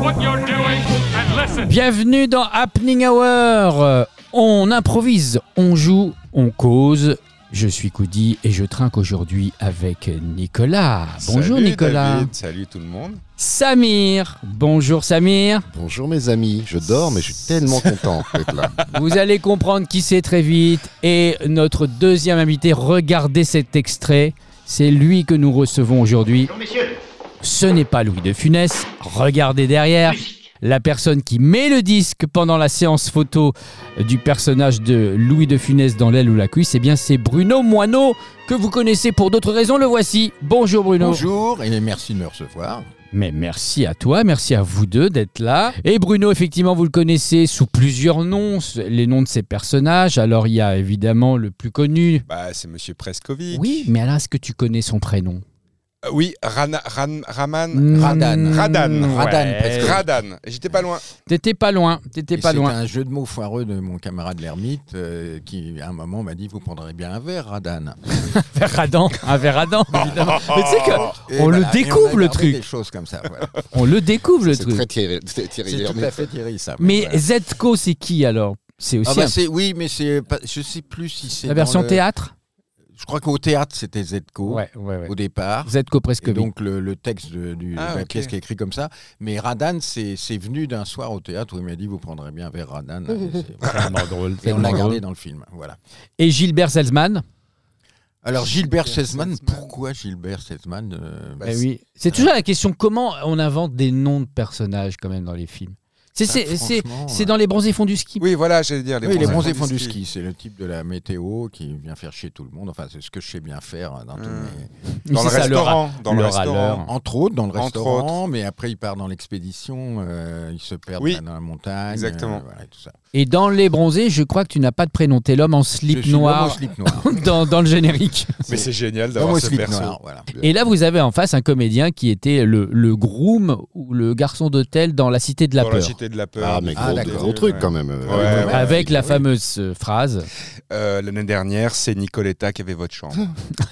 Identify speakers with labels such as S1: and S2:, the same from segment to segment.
S1: what you're doing and listen.
S2: Bienvenue dans Happening Hour. Euh, On improvise, on joue, on cause. Je suis Coudi et je trinque aujourd'hui avec Nicolas. Bonjour
S3: Salut,
S2: Nicolas.
S3: David. Salut tout le monde.
S2: Samir. Bonjour Samir.
S4: Bonjour mes amis, je dors mais je suis tellement content d'être là.
S2: Vous allez comprendre qui c'est très vite. Et notre deuxième invité, regardez cet extrait. C'est lui que nous recevons aujourd'hui. Ce n'est pas Louis de Funès. Regardez derrière. La personne qui met le disque pendant la séance photo du personnage de Louis de Funès dans l'aile ou la cuisse, eh bien c'est Bruno Moineau que vous connaissez pour d'autres raisons. Le voici. Bonjour Bruno.
S5: Bonjour et merci de me recevoir.
S2: Mais merci à toi, merci à vous deux d'être là. Et Bruno, effectivement, vous le connaissez sous plusieurs noms, ce- les noms de ses personnages. Alors, il y a évidemment le plus connu.
S3: Bah, c'est Monsieur Preskovic.
S2: Oui, mais alors, est-ce que tu connais son prénom
S3: Euh, oui, Rana- Ran- Raman.
S2: Radan.
S5: Radan.
S3: Radan.
S5: Mm. Radan, presque.
S3: Radan. J'étais pas loin.
S2: T'étais pas loin, t'étais
S5: Et
S2: pas loin.
S5: C'est un jeu de mots foireux de mon camarade l'ermite euh, qui, à un moment, m'a dit Vous prendrez bien un verre, Radan.
S2: Un verre Radan, un verre Radan, hein, évidemment. Mais tu sais que
S5: Et
S2: On le
S5: et
S2: découvre,
S5: on a
S2: le
S5: gardé
S2: truc.
S5: Des choses comme ça. voilà.
S2: on le découvre, le
S4: C'est
S2: truc.
S4: très Thierry, très Thierry
S5: C'est tout à
S4: Lhermitte.
S5: fait Thierry, ça.
S2: Mais
S5: voilà.
S2: Zetko, c'est qui alors C'est aussi
S5: Ah bah,
S2: un-
S5: c'est- oui, mais c'est pas- je sais plus si c'est
S2: la
S5: dans
S2: version
S5: le-
S2: théâtre
S5: Je crois qu'au théâtre c'était Zetko
S2: Ouais, ouais, ouais.
S5: au départ.
S2: Zetko presque
S5: Et donc le, le texte de, du,
S3: Ah,
S5: de la
S3: ok.
S5: pièce qui est écrit comme ça. Mais Radan, c'est c'est venu d'un soir au théâtre où il m'a dit vous prendrez bien un verre Radan. Et c'est-
S2: drôle.
S5: Et on l'a gardé dans le film. Voilà.
S2: Et Gilbert Selzman
S5: Alors Gilbert Sesman,
S3: Sesman.
S5: pourquoi Gilbert Sesman euh,
S3: Bah,
S2: Eh oui. C'est toujours la question comment on invente des noms de personnages quand même dans les films. C'est
S5: bah,
S2: c'est- c'est-
S5: franchement,
S2: c'est
S5: euh,
S2: dans les bronzés fonds du ski.
S3: Oui, voilà, j'allais dire.
S5: oui, les
S3: bronzés
S5: bronzés
S3: font
S5: font du ski, c'est le type de la météo qui vient faire chier tout le monde. Enfin, c'est ce que je sais bien faire. hein, Dans tous
S3: Hmm.
S5: mes-
S3: Dans
S2: C'est ça,
S3: le
S2: ra-
S3: restaurant. Dans le
S2: le râleur.
S3: restaurant.
S5: Entre autres, dans le
S3: Entre
S5: restaurant, mais après, il part dans l'expédition, euh, il se perd
S3: Oui,
S5: là, dans la montagne.
S3: exactement.
S5: euh, voilà, et tout ça.
S2: Et dans les bronzés, je crois que tu n'as pas de prénom. T'es l'homme en
S5: Je
S2: slip
S5: suis l'homme au
S2: noir
S5: slip noir.
S2: dans, dans le générique.
S3: Mais c'est génial
S5: L'homme
S3: d'avoir
S5: au
S3: ce
S5: slip
S3: perso.
S5: noir, voilà.
S2: Et là, vous avez en face un comédien qui était le, le groom ou le garçon d'hôtel dans La Cité de la
S3: Dans la
S2: Peur.
S3: cité de la peur.
S4: Ah mais
S5: Ah,
S4: gros,
S5: d'accord.
S4: gros truc quand même. euh,
S3: Ouais, ouais.
S2: Avec la
S5: oui.
S2: fameuse euh, phrase.
S3: Euh, L'année dernière, c'est Nicoletta qui avait votre chambre.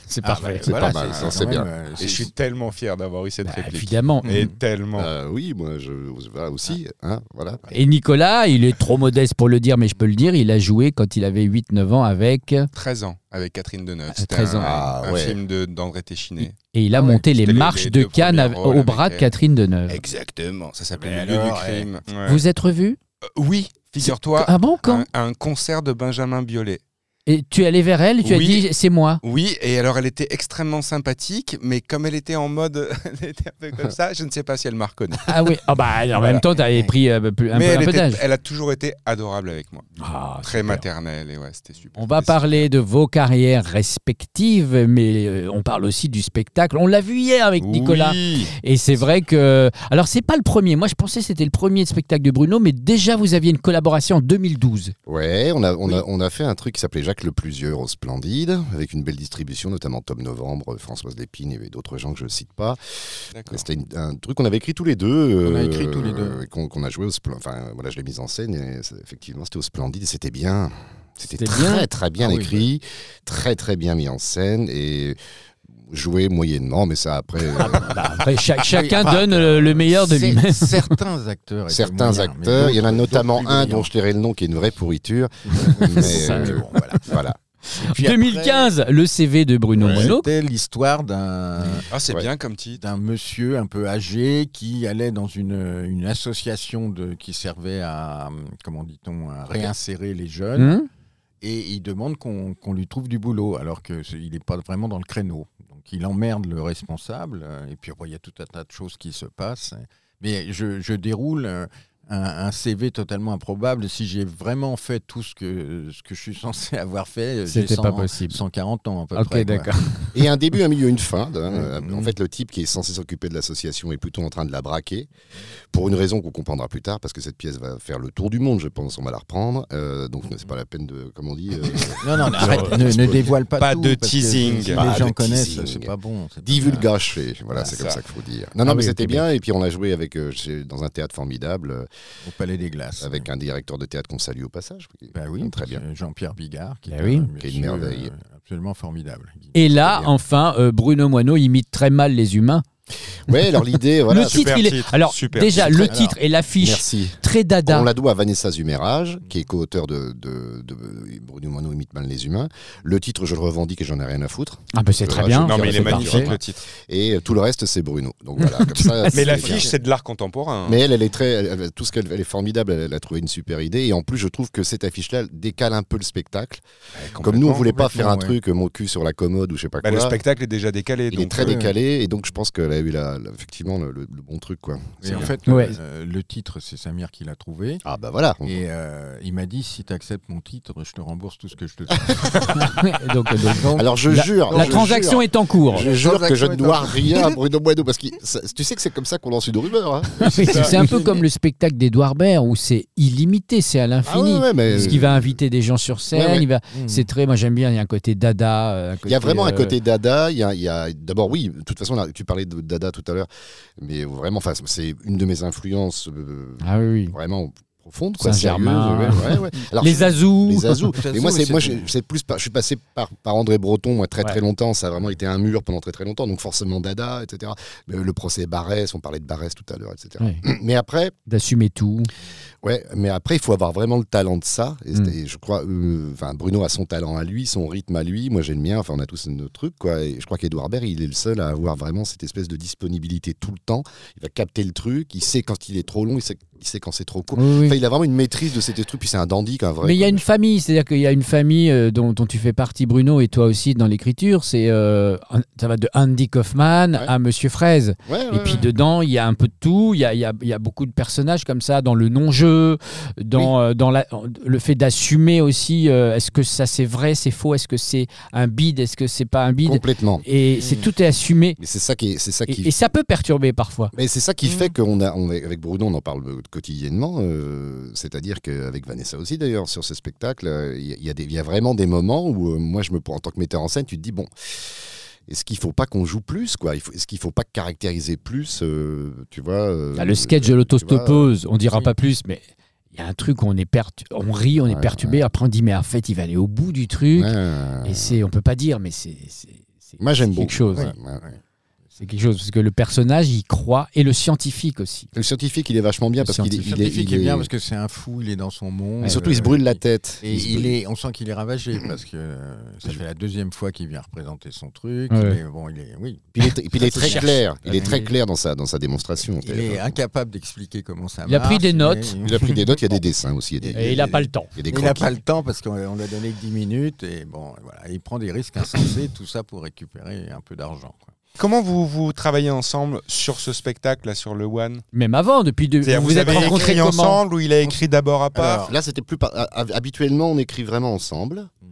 S2: C'est
S5: Ah,
S2: parfait.
S5: bah,
S4: C'est
S5: voilà,
S4: pas mal, ça,
S5: quand
S4: c'est
S5: même,
S4: bien.
S5: euh,
S3: Et
S5: c'est-
S3: je suis tellement fier d'avoir eu cette
S2: Bah,
S3: réplique.
S2: évidemment.
S3: Et tellement.
S5: Bah,
S4: Euh, oui, moi je voilà aussi, hein, voilà.
S2: Et Nicolas, il est trop modeste pour le dire, mais je peux le dire, il a joué quand il avait 8-9 ans avec. Et
S3: 13 ans avec Catherine Deneuve.
S2: Ah,
S3: C'était
S2: 13 ans.
S3: un,
S4: Ah,
S3: un
S4: ouais.
S3: film de- d'André Téchiné.
S2: il a
S3: Ah ouais,
S2: monté les
S3: c'était les-
S2: marches
S3: les
S2: de
S3: deux
S2: Cannes av-
S3: premiers rôles
S2: au bras de
S3: avec-
S2: Catherine Deneuve.
S3: Exactement. eh, Ça
S5: Mais
S3: s'appelle Le lieu du
S5: alors,
S3: crime. Ouais.
S2: Vous êtes revu
S3: Euh, oui, figure-toi.
S2: Ah bon quand
S3: un, un concert de Benjamin Biolay.
S2: Et tu es allé vers elle, tu as
S3: Oui.
S2: dit c'est moi.
S3: Oui, et alors elle était extrêmement sympathique, mais comme elle était en mode, elle était un peu comme ça, je ne sais pas si elle m'a reconnu.
S2: Ah oui, Ah bah, en même temps, tu avais pris euh, plus- un
S3: mais
S2: peu, un
S3: elle,
S2: peu
S3: était-
S2: d'âge.
S3: elle a toujours été adorable avec moi.
S2: Ah,
S3: Très
S2: super.
S3: maternelle, et ouais, c'était super.
S2: On va
S3: C'était-
S2: parler de vos carrières respectives, mais euh, on parle aussi du spectacle. On l'a vu hier avec Nicolas.
S3: Oui.
S2: Et c'est vrai que. Alors, c'est pas le premier. Moi, je pensais que c'était le premier spectacle de Bruno, mais déjà, vous aviez une collaboration en 2012.
S4: Ouais, on a on
S2: Oui.
S4: a on a fait un truc qui s'appelait Jacques le Plusieurs au Splendide avec une belle distribution notamment Tom Novembre, Françoise Lépine et d'autres gens que je cite pas.
S3: D'accord.
S4: Mais C'était une- un truc qu'on avait écrit tous les deux.
S5: On a
S4: euh,
S5: écrit tous les deux.
S4: et Qu'on qu'on a joué au Splendide. Enfin, voilà, je l'ai mise en scène. Et c'est- effectivement, c'était au Splendide et c'était bien.
S2: C'était
S4: C'était très,
S2: bien.
S4: très bien
S5: Ah oui,
S4: écrit, très, très bien mis en scène et joué moyennement, mais ça après. euh,
S2: Bah, après, cha- chacun
S5: enfin,
S2: donne le, le meilleur de
S5: c'est-
S2: lui-même.
S5: Certains acteurs. étaient
S4: Certains
S5: moyens, mais
S4: acteurs, il y en a
S5: d'autres-
S4: notamment
S5: d'autres
S4: un
S5: plus
S4: dont je tairai le nom qui est une vraie pourriture. mais,
S2: ça.
S4: euh, bon, voilà. voilà.
S5: brillants. Et puis après,
S2: 2015, le CV de Bruno
S4: Ouais.
S2: Moineau.
S5: C'était l'histoire d'un
S3: Ah, c'est
S4: Ouais.
S3: bien comme titre.
S5: d'un monsieur un peu âgé qui allait dans une, une association de, qui servait à, comment dit-on, à réinsérer les jeunes.
S2: Hein
S5: Et il demande qu'on qu'on lui trouve du boulot, alors qu'il n'est pas vraiment dans le créneau. Donc il emmerde le responsable, euh, et puis bon, il y a tout un tas de choses qui se passent. Mais je, je déroule euh, un, un CV totalement improbable. Si j'ai vraiment fait tout ce que, ce que je suis censé avoir fait, euh, j'ai
S2: C'était pas
S5: 100
S2: possible.
S5: 140 ans à peu
S2: Ok,
S5: près. quoi.
S2: d'accord.
S4: Et un début, un milieu, une fin. hein.
S5: Mhm.
S4: En fait, le type qui est censé s'occuper de l'association est plutôt en train de la braquer, pour une raison qu'on comprendra plus tard, parce que cette pièce va faire le tour du monde, je pense, on va la reprendre. Euh, donc, c'est pas la peine de, comme on dit, euh,
S5: Non, non, mais arrête, ne, ne dévoile pas,
S3: Pas
S5: tout,
S3: de
S5: parce que
S3: teasing.
S5: Si
S4: Pas
S5: les gens
S4: de
S5: connaissent,
S4: teasing.
S5: c'est pas bon. c'est pas bien.
S4: divulgacher. Voilà, c'est
S3: C'est
S4: comme
S3: ça.
S4: ça qu'il faut dire. Non, non,
S2: Ah
S4: mais
S2: oui,
S4: c'était
S2: ok,
S4: bien. Et puis, on a joué avec, euh, chez- dans un théâtre formidable, euh,
S5: Au Palais des Glaces.
S4: avec un directeur de théâtre qu'on salue au passage.
S5: Bah oui,
S4: très bien.
S5: c'est Jean-Pierre Bigard, qui
S2: Bah
S5: est,
S2: oui.
S5: un
S4: Qui est une
S5: monsieur,
S4: merveille.
S5: euh, absolument formidable.
S2: Et là,
S4: Très bien.
S2: enfin, euh, Bruno Moineau imite très mal les humains.
S4: Ouais, alors l'idée, voilà.
S2: le titre,
S1: super
S2: il est.
S1: titre,
S2: Alors,
S1: super
S2: déjà,
S4: titre.
S2: le
S4: Alors,
S2: titre et l'affiche
S4: Merci.
S2: très dada.
S4: On la doit à Vanessa Zumérage, qui est co-auteur de, de, de Bruno Moineau imite mal les humains. Le titre, je le revendique et j'en ai rien à foutre.
S2: Ah, ben c'est
S4: Je
S2: très
S4: le
S2: bien.
S4: rajoute,
S3: Non,
S4: Euh, je
S3: mais
S4: le
S3: il est
S4: rajoute,
S3: magnifique
S4: parfait.
S3: le titre.
S4: Et euh, tout le reste, c'est Bruno. Donc voilà, comme ça.
S3: Mais
S4: c'est bien.
S3: l'affiche, c'est de l'art contemporain. hein.
S4: Mais elle, elle est très, elle- elle- tout ce qu'elle elle est formidable, elle, elle a trouvé une super idée. Et en plus, je trouve que cette affiche-là elle décale un peu le spectacle. Comme nous, on voulait pas faire un
S5: complètement,
S4: truc euh, mon cul sur la commode ou je sais pas
S3: Bah, le
S4: quoi.
S3: spectacle est déjà décalé.
S4: Il
S3: donc,
S4: est très
S3: euh,
S4: décalé et donc je pense qu'elle a eu la, la- effectivement le, le- le bon truc quoi. C'est
S5: Et en
S4: bien.
S5: fait,
S2: Ouais.
S5: euh, le titre, c'est Samir qui l'a trouvé.
S4: Ah bah voilà. On-
S5: Et euh, il m'a dit si tu acceptes mon titre, je te rembourse tout ce que je te dois.
S2: Donc, euh, donc,
S5: Donc,
S4: Alors je
S2: la-
S4: jure.
S2: la
S4: je
S2: transaction
S4: jure-
S2: est en cours.
S4: Je jure que je
S5: Transaction
S4: ne dois rien à Bruno Moineau parce que tu sais que c'est comme ça qu'on lance une rumeur. hein.
S2: Oui, C'est un peu comme le spectacle d'Edouard Baird où c'est illimité, c'est à
S4: Ah
S2: l'infini.
S4: ouais, ouais, mais-
S2: Parce qu'il va inviter des gens sur scène.
S4: Ouais, ouais. Mm.
S2: Il va...
S5: Mhm.
S2: C'est très, moi j'aime bien, il y a un côté dada. euh, un
S4: Il y a vraiment un
S2: euh,
S4: côté dada. Il y a, il y a- d'abord oui, de toute façon là, tu parlais de dada tout à l'heure, mais vraiment, enfin c'est une de mes influences euh,
S2: Ah oui, oui.
S4: vraiment profonde, quoi,
S2: Saint-Germain.
S4: sérieuse, ouais, ouais, ouais. Alors,
S2: les azous.
S4: les Azous.
S5: Les
S4: Mais moi,
S5: Azous,
S4: c'est
S5: c'est
S4: moi,
S5: tout.
S4: j'ai- c'est plus, par- je suis passé par, par André Breton, moi, très
S2: Ouais.
S4: très longtemps. Ça a vraiment été un mur pendant très très longtemps. Donc forcément Dada, etc. Mais Le procès Barès, on parlait de Barès tout à l'heure, etc.
S2: Ouais,
S4: Mais après,
S2: D'assumer tout.
S4: ouais, mais après, il faut avoir vraiment le talent de ça. Et,
S2: Mm.
S4: et je crois, euh, enfin, Bruno a son talent à lui, son rythme à lui. Moi, j'ai le mien. Enfin, on a tous notre truc, quoi. Et je crois qu'Edouard Baird, il est le seul à avoir vraiment cette espèce de disponibilité tout le temps. Il va capter le truc. Il sait quand il est trop long. Il sait, il sait quand c'est trop court.
S2: Oui, oui.
S4: Enfin, il a vraiment une maîtrise de ces trucs. Puis c'est un dandy, qu'un vrai.
S2: Mais il y a
S4: quoi.
S2: une famille, c'est-à-dire qu'il y a une famille euh, dont, dont tu fais partie, Bruno, et toi aussi dans l'écriture. C'est euh, un- ça va de Andy Kaufman à Monsieur Fraise.
S4: Ouais,
S2: Et
S4: ouais,
S2: puis
S4: ouais.
S2: dedans, il y a un peu de tout. Il y a, il y a- il y a beaucoup de personnages comme ça dans le non-jeu, dans, euh, dans la- le fait d'assumer aussi. euh, est-ce que ça c'est vrai, c'est faux, est-ce que c'est un bide, est-ce que c'est pas un bide.
S4: complètement.
S2: Et c'est tout est assumé.
S4: Mais c'est ça qui, est- c'est ça qui.
S2: Et, et ça peut perturber parfois.
S4: mais c'est ça qui fait qu'on a, on- avec Bruno, on en parle quotidiennement, euh, c'est-à-dire qu'avec Vanessa aussi d'ailleurs, sur ce spectacle, euh, il y a- il y, a des- il y a vraiment des moments où euh, moi, je me, en tant que metteur en scène, tu te dis, bon, est-ce qu'il ne faut pas qu'on joue plus quoi Il faut- Est-ce qu'il ne faut pas caractériser plus euh, Tu vois euh,
S2: Ah, le sketch de
S4: tu vois, euh,
S2: l'autostoppeuse, on dira
S5: oui.
S2: pas plus, mais il y a un truc où on est pertu- on rit, on est
S4: Ouais,
S2: perturbé. Après, on dit mais en fait, il va aller au bout du truc.
S4: euh, ouais.
S2: Et c'est, on peut pas dire, mais c'est. c'est- c'est-
S4: Moi, j'aime
S2: c'est
S4: beaucoup.
S2: quelque chose.
S4: Ouais, ouais, ouais.
S2: C'est quelque chose parce que le personnage y croit et le scientifique aussi.
S4: Le scientifique, il est vachement bien
S2: Le
S4: parce qu'il est,
S5: Le
S4: il est-
S5: scientifique
S4: il
S5: est bien
S4: est-
S5: parce que c'est un fou, il est dans son monde.
S4: et surtout, il se
S5: Euh,
S4: brûle la tête.
S5: Et
S4: Il se
S5: il
S4: brûle-
S5: est, on sent qu'il est ravagé parce que euh, ça fait la deuxième fois qu'il vient représenter son truc.
S2: Ouais.
S5: Il est, bon, il est, oui,
S4: puis il est, et puis il est très
S5: cherche.
S4: clair. Il est
S5: Ouais.
S4: très clair dans sa, dans sa démonstration. hein.
S5: il est incapable d'expliquer comment ça marche.
S2: Il a pris des
S5: est-
S2: notes.
S4: Il a pris des notes, il y a des dessins aussi. Il y a des,
S2: Et il n'a pas le temps.
S4: il y a des
S5: Il n'a
S4: croquis.
S5: pas le temps parce qu'on on l'a donné que 10 minutes et bon, voilà, il prend des risques insensés, tout ça pour récupérer un peu d'argent. quoi.
S3: Comment vous, vous travaillez ensemble sur ce spectacle, là, sur le One
S2: Même avant, depuis de,
S3: C'est-à-dire,
S2: vous
S3: Vous,
S2: vous êtes
S3: avez
S2: rencontrés
S3: écrit
S2: comment
S3: ensemble ou il a écrit d'abord à part
S5: Alors,
S4: Là, c'était plus. par- ha- Habituellement, on écrit vraiment ensemble.
S5: Mhm.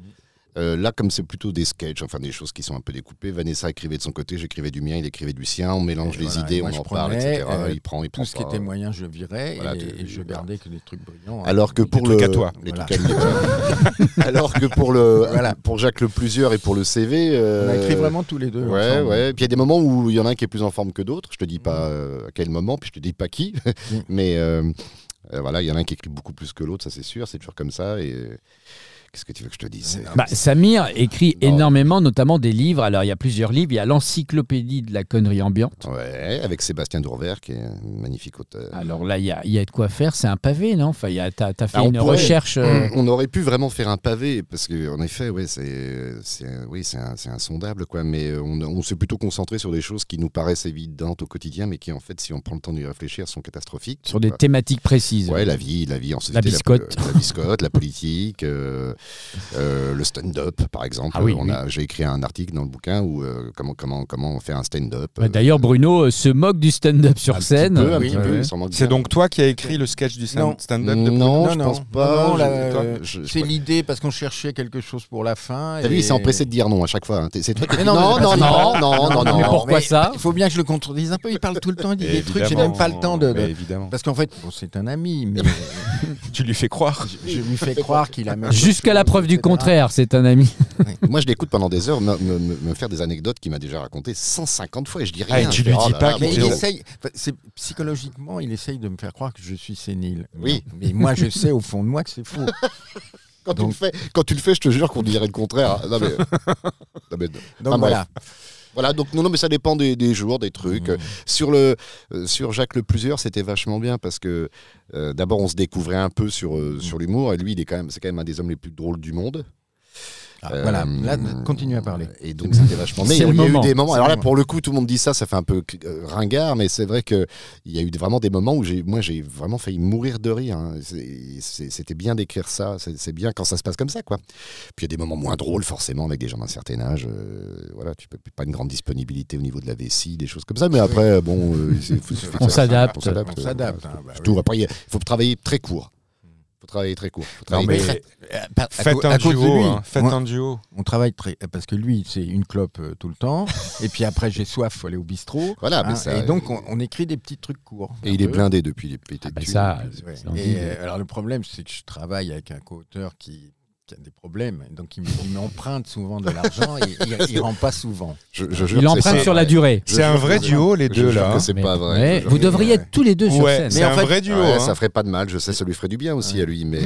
S4: Euh, là, comme c'est plutôt des sketchs, enfin des choses qui sont un peu découpées, Vanessa écrivait de son côté, j'écrivais du mien, il écrivait du sien, on mélange
S5: Et
S4: les
S5: voilà,
S4: idées,
S5: et moi,
S4: on
S5: je
S4: en parle,
S5: prenais,
S4: etc.
S5: euh,
S4: il prend, il prend
S5: tout ce qui
S4: pas.
S5: était moyen, je virais
S4: bah, Voilà,
S5: et,
S4: tu-
S5: et je
S4: voilà.
S5: gardais que des trucs brillants. hein.
S4: Alors que
S5: Et-
S4: pour
S3: trucs
S4: le
S3: à toi.
S4: les
S5: Voilà.
S4: trucs à lui, voilà. alors que pour le
S5: Voilà.
S4: pour Jacques le plusieurs et pour le CV,
S5: on a écrit
S4: euh,
S5: vraiment tous les deux.
S4: Ouais,
S5: ensemble.
S4: ouais. Puis il y a des moments où il y en a un qui est plus en forme que d'autres. Je te dis pas
S2: Mm.
S4: euh, à quel moment, puis je te dis pas qui.
S5: Mm.
S4: Mais euh, euh, voilà, il y en a un qui écrit beaucoup plus que l'autre, ça c'est sûr. C'est toujours comme ça. Et euh, qu'est-ce que tu veux que je te dise C'est-
S2: Bah, Samir écrit
S4: Non.
S2: énormément, notamment des livres. Alors, il y a plusieurs livres. Il y a l'encyclopédie de la connerie ambiante.
S4: Ouais, avec Sébastien Dourvert, qui est un magnifique auteur.
S2: Alors là, il y a, il y a de quoi faire. C'est un pavé, non Enfin, il y a- t'as t'as fait
S4: Ah, on
S2: une
S4: pourrait.
S2: recherche. euh,
S4: On aurait pu vraiment faire un pavé parce que en effet, ouais, c'est, c'est, un- oui, c'est, un- c'est insondable quoi. Mais euh, on, on s'est plutôt concentré sur des choses qui nous paraissent évidentes au quotidien, mais qui en fait, si on prend le temps d'y réfléchir, sont catastrophiques. Bah,
S2: sur des
S4: Voilà.
S2: thématiques précises.
S4: Ouais, la vie, la vie en société.
S2: biscotte.
S4: La, la biscotte, la politique, euh, euh, le stand-up, par exemple.
S2: Ah oui,
S4: On a- J'ai écrit un article dans le bouquin où euh, comment, comment, comment on fait un stand-up.
S2: Bah,
S4: euh,
S2: D'ailleurs, Bruno euh, se moque du stand-up sur
S4: un petit
S2: scène.
S4: peu, un
S2: Oui,
S4: petit
S2: ouais,
S4: peu,
S2: ouais.
S4: il s'en manque
S3: C'est
S4: bien.
S3: donc toi qui as écrit le sketch du stand-
S5: Non.
S3: stand-up de
S4: Non,
S5: Non,
S4: je
S5: non.
S4: pense pas.
S5: Non,
S4: je-
S5: la-
S4: toi,
S5: euh,
S4: je- je
S5: C'est
S4: crois-
S5: l'idée parce qu'on cherchait quelque chose pour la fin.
S4: T'as vu, il s'est empressé de dire non à chaque fois. hein. T'es- C'est toi qui-
S5: Mais
S4: non,
S5: non,
S4: non,
S5: mais
S4: non,
S5: c'est
S4: non,
S5: pas-
S4: non, non,
S5: Ah,
S2: mais pourquoi ça
S5: Il faut bien que je le contredise un peu. Il parle tout le temps, il dit des trucs, j'ai
S3: Évidemment,
S5: même pas le temps de. Bah, de-
S3: mais évidemment.
S5: Parce qu'en fait, bon, c'est un ami, mais
S3: Tu lui fais croire.
S5: je, je lui fais croire qu'il a.
S2: Jusqu'à la preuve du contraire, c'est un ami.
S4: Moi, je l'écoute pendant des heures me, me- me- me faire des anecdotes qu'il m'a déjà racontées 150 fois et je dis rien.
S3: Ah, et tu
S4: Je fais,
S3: lui
S4: oh
S3: dis
S4: là
S3: pas
S4: là,
S3: qu'il
S5: Mais
S4: mon
S5: il
S3: est-
S4: Dieu.
S5: essaye, enfin, c'est- psychologiquement, il essaye de me faire croire que je suis sénile.
S4: Oui.
S5: Mais moi, je sais au fond de moi que c'est faux.
S4: Quand tu le
S5: Donc-
S4: fais, quand tu le fais, je te jure qu'on dirait le contraire. Non mais, non, mais-
S5: Donc
S4: Ah, bref.
S5: voilà.
S4: Voilà, donc non, non, mais ça dépend des, des jours, des trucs.
S5: Mmh.
S4: Sur, le, euh, sur Jacques Le Plusieurs, c'était vachement bien parce que euh, d'abord, on se découvrait un peu sur, euh, sur l'humour et lui, il est quand même, c'est quand même un des hommes les plus drôles du monde.
S5: Ah, voilà,
S4: Euh,
S5: là, continue à parler.
S4: Et donc, c'était vachement bien.
S2: C'est
S4: Il y a
S2: le
S4: il y a eu
S2: moment.
S4: des moments.
S5: C'est
S4: Alors
S5: le
S4: là, pour le coup, tout le monde dit ça, ça fait un peu euh, ringard, mais c'est vrai qu'il y a eu vraiment des moments où j'ai, moi, j'ai vraiment failli mourir de rire. hein. C'est- c'est- C'était bien d'écrire ça. C'est c'est bien quand ça se passe comme ça, quoi. Puis il y a des moments moins drôles, forcément, avec des gens d'un certain âge. euh, voilà, tu peux pas une grande disponibilité au niveau de la vessie, des choses comme ça. Mais après, bon, euh, c'est- faut- suffit que
S2: On
S4: ça-
S2: s'adapte.
S4: On
S5: On
S4: s'adapte. euh,
S5: s'adapte. hein, bah
S4: Surtout,
S5: oui.
S4: après, il y a- faut travailler très court. Faut travailler très court. Faut travailler
S5: mais-
S4: très-
S5: Euh, par- à
S3: Faites
S5: cau-
S3: un
S5: à cause de
S3: duo.
S5: lui.
S3: hein, Faites
S5: Moi,
S3: un duo.
S5: On travaille très. Parce que lui, c'est une clope euh, tout le temps. et puis après, j'ai soif, faut aller au bistrot.
S4: Voilà, mais
S5: hein,
S4: ça-
S5: et donc, on, on écrit des petits trucs courts.
S4: Et
S5: un
S4: il est
S5: peu.
S4: blindé depuis les petites
S2: Ah ben
S4: tuiles.
S2: ça,
S5: Ouais.
S2: c'est envie
S5: Et
S2: de-
S5: euh, alors le problème, c'est que je travaille avec un co-auteur qui, qui a des problèmes, donc il me- il m'emprunte souvent de l'argent et il, il rend pas souvent.
S4: Je- je jure
S2: Il
S4: que
S2: emprunte
S4: c'est-
S2: sur la durée.
S4: Je
S3: C'est un
S4: jure
S3: vrai
S4: que-
S3: duo, les
S4: je
S3: deux,
S4: jure
S3: là.
S4: que
S3: hein.
S4: c'est
S2: Mais-
S4: pas vrai.
S2: ouais,
S4: je jure
S2: vous
S4: que-
S2: devriez être tous les deux sur
S3: Ouais,
S2: scène.
S3: c'est
S5: Mais en
S3: un
S5: fait-
S3: vrai duo.
S4: Ouais,
S3: hein.
S4: Ça ferait pas de mal, je sais, ça lui ferait du bien aussi à lui. Mais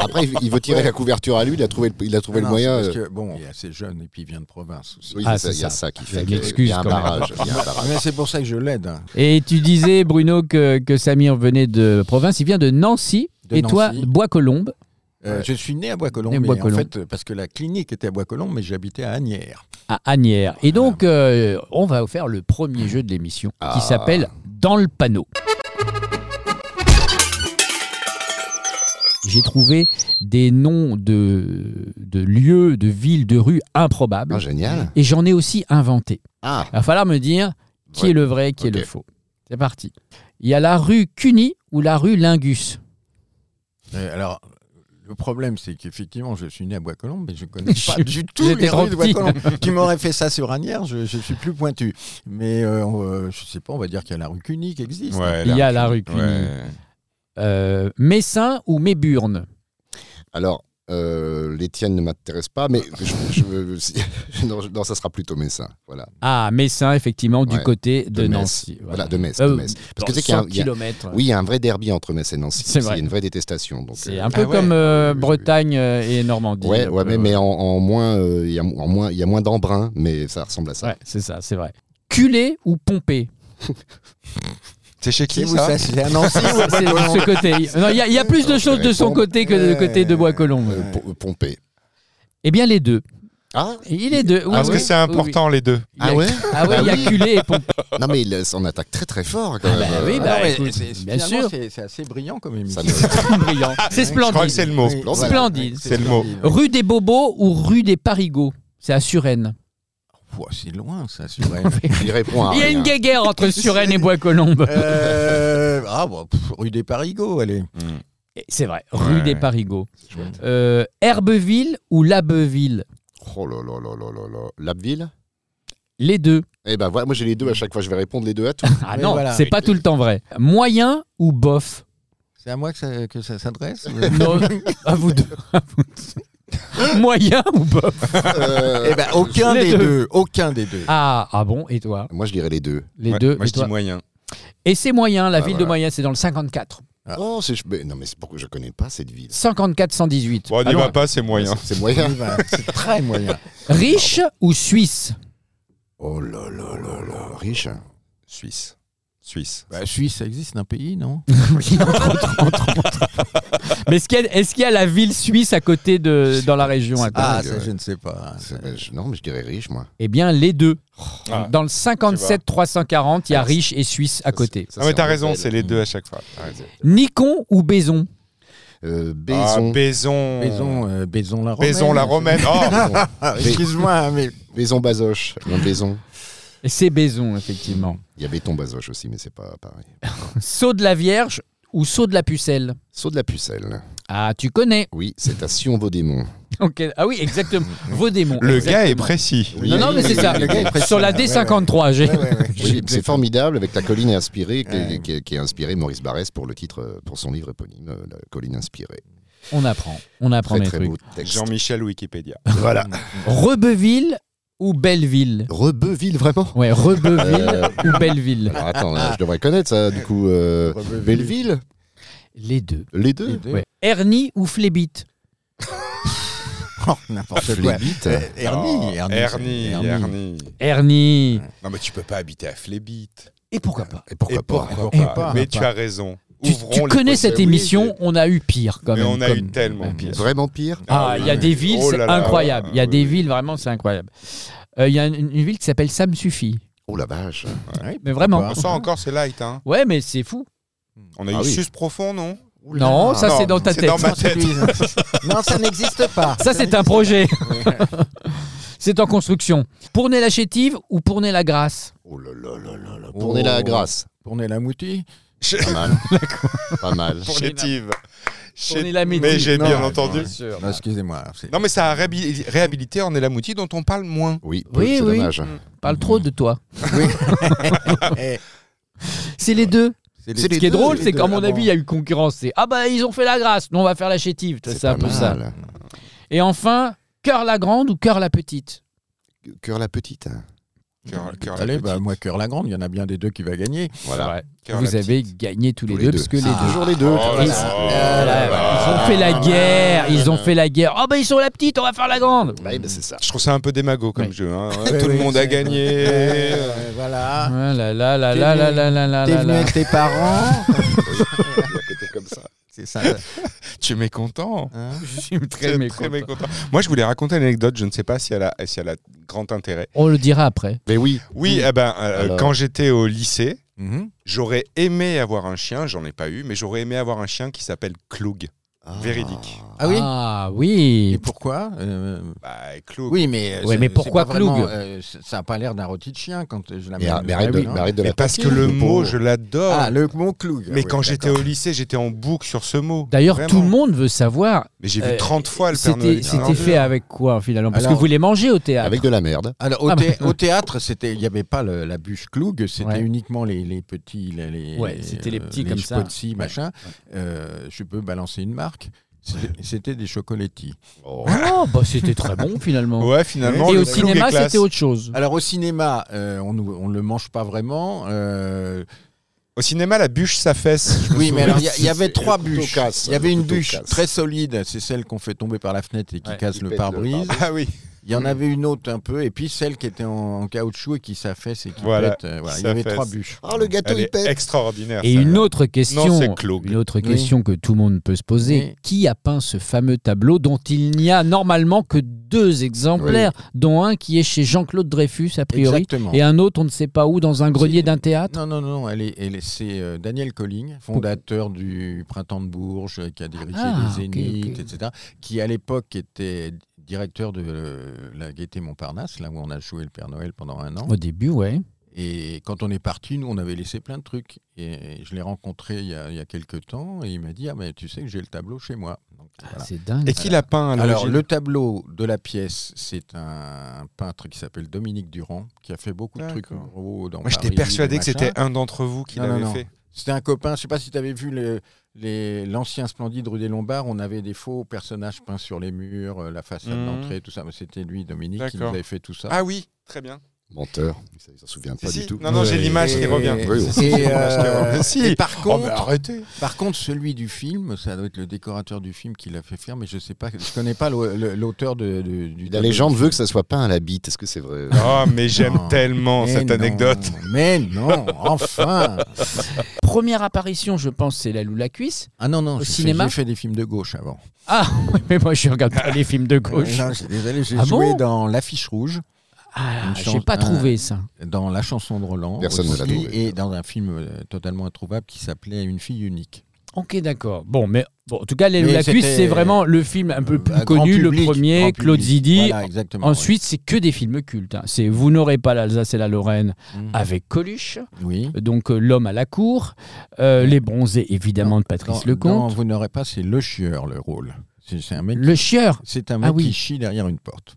S4: après, il- il veut tirer la couverture à lui. Il a trouvé le, il a trouvé le
S5: Non,
S4: moyen.
S5: c'est
S4: euh,
S5: Parce que, bon, il est assez jeune et puis il vient de province aussi.
S4: oui,
S2: Ah,
S4: c'est ça,
S2: c'est
S4: il y a
S2: ça.
S4: ça qui
S2: Il y a
S4: fait.
S2: une
S4: que-
S2: excuse
S4: Il y a un
S2: quand même.
S4: barrage. il y a un barrage.
S5: Ah, Mais c'est pour ça que je l'aide. hein.
S2: Et tu disais, Bruno, que, que Samir venait de province. Il vient de Nancy.
S5: De
S2: et toi,
S5: Nancy.
S2: Bois-Colombes.
S5: Euh, je suis né à
S2: Né
S5: Bois-Colombes,
S2: à
S5: mais en
S2: Bois-Colombes.
S5: fait, parce que la clinique était à Bois-Colombes, mais j'habitais à Agnières.
S2: à Agnières. Et donc, euh, on va vous faire le premier jeu de l'émission
S4: Ah.
S2: qui s'appelle Dans le panneau. J'ai trouvé des noms de, de lieux, de villes, de rues improbables.
S4: Ah, génial.
S2: et j'en ai aussi inventé.
S4: Ah,
S2: Il va falloir me dire qui
S4: Ouais.
S2: est le vrai, qui est le
S4: Ok.
S2: faux. C'est parti. Il y a la rue Cuny ou la rue Lingus.
S5: Euh, alors. Le problème, c'est qu'effectivement, je suis né à Bois-Colombes, mais je connais
S2: Je
S5: pas
S2: suis-
S5: du tout
S2: j'étais
S5: les
S2: trop
S5: rues de
S2: petit.
S5: Bois-Colombes. tu m'aurais fait ça sur Agnières, je, je suis plus pointu. Mais euh, on, euh, je sais pas, on va dire qu'il y a la rue Cuny qui existe.
S3: Ouais,
S2: Il y a la rue Cuny.
S3: Ouais.
S2: Euh, Messin ou Méburne.
S4: alors. Euh, les tiennes ne m'intéressent pas, mais je, je- si- non, je- non, ça sera plutôt Messin. Voilà,
S2: Ah, Messin, effectivement, du
S4: Ouais.
S2: côté de,
S4: Metz.
S2: Nancy.
S4: Voilà, de Metz. de
S2: Euh,
S4: Metz. Parce que
S2: dans
S4: c'est qu'il y a un-
S2: 100
S4: il y a-
S2: kilomètres.
S4: oui, il y a un vrai derby entre Metz et Nancy.
S2: C'est
S4: Il y a
S2: vrai.
S4: une vraie détestation. donc,
S2: C'est
S4: euh,
S2: un peu
S3: ah ouais.
S2: comme euh,
S4: Oui, oui, oui.
S2: Bretagne euh, et Normandie.
S4: Ouais,
S2: un
S4: ouais,
S2: peu,
S4: mais, mais en, en moins, euh, il y a mo- en moins, il y a moins d'embrun, mais ça ressemble à ça.
S2: Ouais, c'est ça, c'est vrai. Culé ou pompé
S3: C'est chez qui
S5: C'est où
S3: ça
S5: ça C'est à Nancy ou
S4: Ah
S5: à
S4: bah,
S2: C'est de
S5: Bois-Colombes
S2: ce côté. Non, il y, a- il y a plus de
S4: Alors, je
S2: choses
S4: vais
S2: de son
S4: répondre.
S2: côté que de côté de Bois-Colombes.
S4: Euh, po- Pompée.
S2: Eh bien, les deux.
S4: Ah,
S2: Il est deux. oui,
S3: Parce
S2: oui,
S3: que c'est
S2: oui,
S3: important, les deux.
S2: oui. Il y a-
S4: Ah ouais
S2: Ah ouais,
S4: Bah
S2: il y a
S4: oui.
S2: culé et pompé.
S4: non mais il s'en attaque très très fort quand
S2: Ah
S4: même.
S2: bah
S4: Euh,
S2: oui, bah,
S5: Ah ouais,
S2: écoute,
S5: c'est- c'est-
S2: bien
S5: finalement,
S2: sûr.
S5: C'est c'est assez brillant comme
S4: ça
S5: émission.
S4: me-
S2: brillant. C'est
S3: Je crois que c'est
S2: splendide.
S3: le mot.
S5: Oui,
S4: Splendide.
S2: Splendide.
S3: C'est le mot.
S2: Rue des Bobos ou rue des Parigots C'est à Suresnes.
S5: Ouah, oh, c'est loin, ça, sur
S4: il répond à
S3: Ah,
S2: Il y a
S4: rien.
S2: une guéguerre entre Suresnes et Bois-Colombes.
S5: euh, ah, bon, pff, rue des Parigots, allez.
S2: C'est vrai, rue
S3: Ouais,
S2: des
S3: ouais.
S2: Parigots. Euh, Herbeville ou Labeville
S4: Oh là là là là là là. Labville
S2: Les deux.
S4: Eh ben voilà, moi j'ai les deux à chaque fois, je vais répondre les deux à tout.
S2: Ah
S5: Oui,
S2: non,
S5: voilà.
S2: c'est pas tout le temps vrai. Moyen ou bof
S5: C'est à moi que ça, que ça s'adresse euh?
S2: Non, à vous deux. à vous deux. Moyen ou bof
S4: Euh,
S5: Eh ben, aucun
S2: Les
S5: des
S2: deux.
S5: deux. Aucun des deux.
S2: ah, ah bon, et toi
S4: Moi je dirais les deux.
S2: Les
S3: Ouais,
S2: deux
S3: Moi,
S2: et
S3: je dis Ah,
S2: toi
S3: moyen.
S2: Et c'est moyen, la ville de
S4: voilà.
S2: Moyen, c'est dans le 54.
S4: Oh, c'est mais non mais c'est pourquoi je connais pas cette ville.
S2: 54-118.
S3: Bon, on n'y
S2: Alors,
S3: va pas, c'est moyen.
S4: C'est c'est
S5: On
S4: moyen.
S5: y va, C'est très moyen.
S2: Riche ou suisse
S4: Oh là là là là, riche.
S3: Suisse. Suisse.
S5: Bah, Suisse, ça existe un pays, non
S2: Oui, entre autres, entre autres. Mais est-ce qu'il y, a- est-ce qu'il y a la ville suisse à côté de, dans la région à côté
S5: Ah,
S4: dingue,
S5: ça,
S4: ouais.
S5: je ne sais pas. hein.
S4: C'est- ben, je- non mais je dirais riche moi.
S2: Eh bien, les deux.
S3: Ah.
S2: Dans le 57-340, il y a riche et suisse à côté. Ah,
S4: Ça,
S3: Non, Ah, mais
S4: c'est
S3: t'as
S4: en
S3: raison,
S4: Belge.
S3: c'est les deux à chaque fois. T'as raison.
S2: Nikon ou Baison
S4: Euh,
S3: Ah,
S4: Baison.
S3: Baison.
S5: Baison, euh, Baison la Romaine.
S3: Baison la romaine. Oh,
S5: Ah, Excuse-moi, mais
S4: Baison Bazoche. Non, Baison.
S2: Et c'est Baison, effectivement.
S4: Il y a Béton Bazoche aussi, mais c'est pas pareil.
S2: Saut de la Vierge ou saut de la Pucelle
S4: Saut de la pucelle.
S2: Ah, tu connais.
S4: Oui, c'est à Sion-Vaudémont.
S2: Ok. Ah oui, exactement. Vaudémont.
S3: le
S2: exactement.
S3: gars est précis.
S2: Non, non, mais c'est ça.
S5: Le gars est précis.
S2: Sur la
S5: Ouais, ouais.
S2: D53, j'ai.
S5: Ouais, ouais, ouais.
S4: Oui, c'est formidable avec la colline est inspirée, qui,
S5: Ouais.
S4: qui- qui a inspiré Maurice Barrès pour le titre, euh, pour son livre éponyme, euh, La colline inspirée.
S2: On apprend. On apprend
S4: Très
S2: des
S4: très
S2: trucs.
S4: beau texte.
S3: Jean-Michel Wikipédia.
S4: Voilà.
S2: Rebeville ou Belleville
S4: Rebeville vraiment.
S2: Ouais, Rebeville
S4: Euh.
S2: ou Belleville
S4: Alors attends, là, je devrais connaître ça. Du coup, euh,
S5: Rebeville.
S4: Belleville,
S2: Les deux.
S4: les
S5: les
S4: deux.
S5: deux.
S2: Ouais. Ernie ou Flébite
S5: Non, Oh, n'importe quoi.
S4: Flébite.
S5: Euh, Ernie,
S3: Oh,
S5: Ernie,
S3: Ernie,
S5: c'est- Ernie.
S3: Ernie.
S2: Ernie.
S3: Non, mais tu peux pas habiter à Flébite.
S2: Et pourquoi pas
S4: Et pourquoi
S3: Et
S4: pas
S3: pourquoi
S5: Et
S3: pas
S5: pourquoi
S3: Mais
S5: Eh, pas
S3: tu as raison.
S2: Tu,
S3: Ouvrons
S2: tu
S3: les
S2: connais
S3: possibles.
S2: cette émission, on a eu pire quand
S3: Mais
S2: même.
S3: on a
S2: comme-
S3: eu tellement pire.
S4: Vraiment pire
S2: Ah, il y a
S3: oui.
S2: des villes,
S3: Oh
S2: c'est
S3: là là,
S2: incroyable. Il y a
S3: oui,
S2: des
S3: oui.
S2: villes, vraiment, c'est incroyable. Euh, Il y a une, une ville qui s'appelle Sam Suffit.
S4: Oh la vache
S5: Ouais,
S2: Mais vraiment.
S5: Bah,
S3: Ça encore, c'est light. Hein.
S2: Ouais, mais c'est fou.
S3: On a eu
S4: Ah oui.
S3: Suce Profond, non
S4: Oula.
S2: Non, ça
S3: Ah. Non,
S2: c'est dans ta
S3: c'est
S2: tête.
S3: dans ma tête.
S5: non, ça n'existe pas.
S2: Ça c'est un projet.
S5: Ouais.
S2: c'est en construction. Pourner la chétive ou pourner la grasse
S4: Oh là là là là là.
S5: Oh.
S4: Pour la grâce.
S5: Tourner la moutie.
S4: Pas mal. pas mal.
S3: Pour les tives.
S2: Tourner la médie.
S3: Mais j'ai
S5: Non,
S3: bien
S5: ouais,
S3: entendu.
S5: ouais. Non, Excusez-moi. c'est-
S3: Non, mais ça a réhabi- réhabilité en Elamouti dont on parle moins.
S4: Oui,
S2: Oui,
S4: c'est
S2: oui.
S4: dommage.
S2: Parle trop de toi.
S5: Eh,
S2: C'est les deux.
S5: les-
S2: Ce qui est
S5: deux,
S2: drôle,
S5: les
S2: c'est
S5: deux.
S2: qu'à mon
S5: Ah
S2: avis,
S5: bon.
S2: il y a eu concurrence. C'est ah bah ils ont fait la grasse, nous on va faire la chétive. C'est un
S4: pas
S2: peu ça.
S4: mal.
S2: Et enfin, cœur la grande ou cœur la petite
S4: Cœur la petite. hein.
S3: Cœur- cœur la
S5: Allez, bah,
S3: petite.
S5: moi, cœur la grande, il y en a bien des deux qui va gagner.
S4: Voilà.
S2: Ouais.
S3: Cœur
S2: Vous
S3: la
S2: avez gagné tous les deux, parce que les
S4: Ah,
S2: deux.
S4: Toujours les deux.
S3: Oh là
S2: Ils-
S3: là.
S5: Ah.
S2: Voilà, Ils ont fait la guerre, ils ont fait la guerre. Ah bah ils sont la petite, on va faire la grande.
S4: Ouais, bah, c'est ça.
S3: Je trouve ça un peu démago comme
S2: Ouais.
S3: jeu. hein.
S5: Ouais,
S3: Tout le
S5: ouais,
S3: monde a
S5: c'est-
S3: gagné.
S5: Euh, voilà.
S2: Ah là là là là là là Ah là là
S5: T'es
S2: là
S5: venu
S2: là.
S5: avec tes parents.
S4: C'était comme ça.
S5: c'est ça.
S3: tu es mécontent.
S5: hein.
S2: Je suis
S3: Très,
S2: très
S3: très
S2: mécontent.
S3: mécontent. Moi, je voulais raconter une anecdote. Je ne sais pas si elle a, si elle a grand intérêt.
S2: On le dira après.
S4: Mais oui.
S3: Oui, eh ben, euh,
S4: Alors.
S3: quand j'étais au lycée,
S5: Mhm.
S3: j'aurais aimé avoir un chien. J'en ai pas eu, mais j'aurais aimé avoir un chien qui s'appelle Cloug. Véridique.
S5: Ah oui
S2: Ah
S5: Et
S2: oui.
S5: pourquoi Euh,
S3: Bah, Cloug.
S5: Oui, mais.
S2: Ouais,
S5: c'est-
S2: mais
S5: c'est
S2: pourquoi Bah,
S5: pas vraiment,
S2: Ploug
S5: euh, c'est- Ça n'a pas l'air d'un rôti de chien quand je la
S4: Mais,
S5: mets-
S4: mais arrête, de,
S5: Ah oui.
S4: mais arrête de
S3: Mais
S4: la-
S3: parce que le
S4: Le
S3: mot,
S4: pauvre.
S3: je l'adore.
S5: Ah, le mot cloug.
S3: Oh. mais
S5: Oui,
S3: quand j'étais au
S5: d'accord.
S3: lycée, j'étais en boucle sur ce mot.
S2: D'ailleurs,
S3: Vraiment.
S2: tout le monde veut savoir.
S3: Mais j'ai
S2: euh,
S3: vu 30 fois le Père
S2: C'était
S3: Noël. Ah,
S2: c'était fait avec quoi finalement Parce
S5: Alors-
S2: que vous les mangez au théâtre.
S4: Avec de la merde.
S5: Alors, au,
S2: Ah,
S5: thé-
S2: bah.
S5: au théâtre, c'était, il n'y avait pas le- la bûche cloug, c'était
S2: Ouais.
S5: uniquement les, les petits. Les, les-
S2: Ouais, c'était les petits comme ça.
S5: Spotsi, machin. Euh, je peux balancer une marque. C'était- C'était des chocolattis.
S3: Oh.
S4: Hein
S2: Ah, bah c'était très bon finalement.
S3: Ouais, finalement.
S2: Et
S3: le
S2: au
S3: Cloug
S2: cinéma,
S3: est classe.
S2: c'était autre chose.
S5: Alors, au cinéma, euh, on ne le mange pas vraiment. euh,
S3: Au cinéma, la bûche s'affaisse. je me
S5: oui, mais
S3: souviens.
S5: alors, il y a- il y, avait
S4: Le
S5: trois
S4: couteau
S5: bûches.
S4: casse,
S5: Il y avait
S4: le
S5: une
S4: couteau
S5: bûche
S4: casse.
S5: très solide, c'est celle qu'on fait tomber par la fenêtre et qui
S2: Ouais,
S5: casse
S4: qui
S5: le
S4: pète le
S5: pare-brise.
S4: pare-brise.
S3: Ah oui.
S5: Il y en avait une autre un peu, et puis celle qui était en, en caoutchouc et qui s'affaisse et qui
S3: Voilà,
S5: pète. euh, voilà. Il y
S3: ça
S5: avait
S3: fesse.
S5: trois bûches.
S4: Oh, le gâteau,
S3: Elle
S4: il
S3: est
S4: pète.
S3: extraordinaire.
S2: Et
S3: ça.
S2: une autre question,
S3: c'est Claude.
S2: une autre
S5: Oui.
S2: question que tout le monde peut se poser
S5: Oui.
S2: qui a peint ce fameux tableau dont il n'y a normalement que deux exemplaires, dont un qui est chez Jean-Claude Dreyfus a priori,
S5: Exactement.
S2: et un autre on ne sait pas où dans un grenier
S5: Si.
S2: d'un théâtre.
S5: Non, non, non, non, elle est, elle est- c'est euh, Daniel Colling, fondateur du Printemps de Bourges, euh, qui a dirigé
S2: Ah,
S5: les
S2: ok, ok.
S5: Zéniths, etc., qui à l'époque était directeur de euh, la Gaîté Montparnasse, là où on a joué le Père Noël pendant un an.
S2: Au début, ouais.
S5: Et quand on est parti, nous, on avait laissé plein de trucs. Et je l'ai rencontré il y a, il y a quelques temps, et il m'a dit, ah mais tu sais que j'ai le tableau chez moi. Donc,
S3: Ah,
S5: voilà.
S2: C'est dingue.
S3: Et qui l'a peint à
S5: Alors,
S3: l'origine
S5: le tableau de la pièce, c'est un peintre qui s'appelle Dominique Durand, qui a fait beaucoup de trucs
S3: D'accord.
S5: gros dans
S3: Moi, j'étais
S5: Paris,
S3: persuadé que
S5: machin.
S3: c'était un d'entre vous qui
S5: Non, non,
S3: l'avait
S5: non.
S3: fait.
S5: C'était un copain, je ne sais pas si tu avais vu le- les- l'ancien Splendide rue des Lombards, on avait des faux personnages peints sur les murs, euh, la façade
S3: Mhm.
S5: d'entrée, tout ça. Mais C'était lui, Dominique, qui nous
S3: D'accord.
S5: avait fait tout ça.
S3: Ah oui, très bien.
S4: Menteur. Ça, Il s'en souvient
S3: Si,
S4: pas
S3: si.
S4: du tout.
S3: Ah, Non, non, j'ai
S5: Et-
S3: l'image qui
S5: et-
S3: revient.
S4: Oui, oui.
S5: Et, euh,
S3: Mais si.
S5: et par
S3: Oh, mais
S5: contre,
S3: arrêtez
S5: par contre, celui du film, ça doit être le décorateur du film qui l'a fait faire, mais je sais pas, je connais pas l'au- le- l'auteur de, de- du.
S4: La légende veut que ça soit pas un la bite. Est-ce que c'est vrai
S3: Oh, mais j'aime
S5: Non.
S3: tellement
S5: Mais
S3: cette
S5: non,
S3: anecdote.
S5: Mais non, enfin.
S2: Première apparition, je pense, c'est la loue la cuisse.
S5: Ah non non,
S2: Au
S5: j'ai fait-
S2: cinéma
S5: j'ai fait des films de gauche avant.
S2: Ah, ouais, mais moi je regarde pas les films de gauche.
S5: Euh, Non, j'ai- désolé, j'ai
S2: Ah
S5: joué
S2: bon
S5: dans l'affiche rouge.
S2: Ah,
S5: Une
S2: j'ai
S5: chance-
S2: pas
S5: un-
S2: trouvé ça.
S5: dans la chanson de Roland
S4: Personne ne l'a
S5: aussi,
S4: trouvé.
S5: et dans un film euh, totalement introuvable qui s'appelait Une fille unique.
S2: Ok, d'accord. Bon, mais bon, en tout cas, la loue
S5: Mais
S2: la cuisse,
S5: c'était-
S2: c'est vraiment le film un peu plus
S5: Euh, grand
S2: connu,
S5: public,
S2: le premier,
S5: grand public.
S2: Claude Zidi.
S5: Voilà, exactement,
S2: Ensuite, c'est que des films cultes. hein. C'est Vous n'aurez pas l'Alsace et la Lorraine
S5: oui. Mhm.
S2: avec Coluche,
S5: oui.
S2: donc euh, L'homme à la cour, euh, Les bronzés évidemment
S5: Non,
S2: de Patrice
S5: Dans- dans
S2: Lecomte,
S5: vous n'aurez pas, c'est le chieur le rôle. C'est c'est un mec.
S2: Le chieur.
S5: C'est un mec
S2: Ah oui.
S5: qui chie derrière une porte.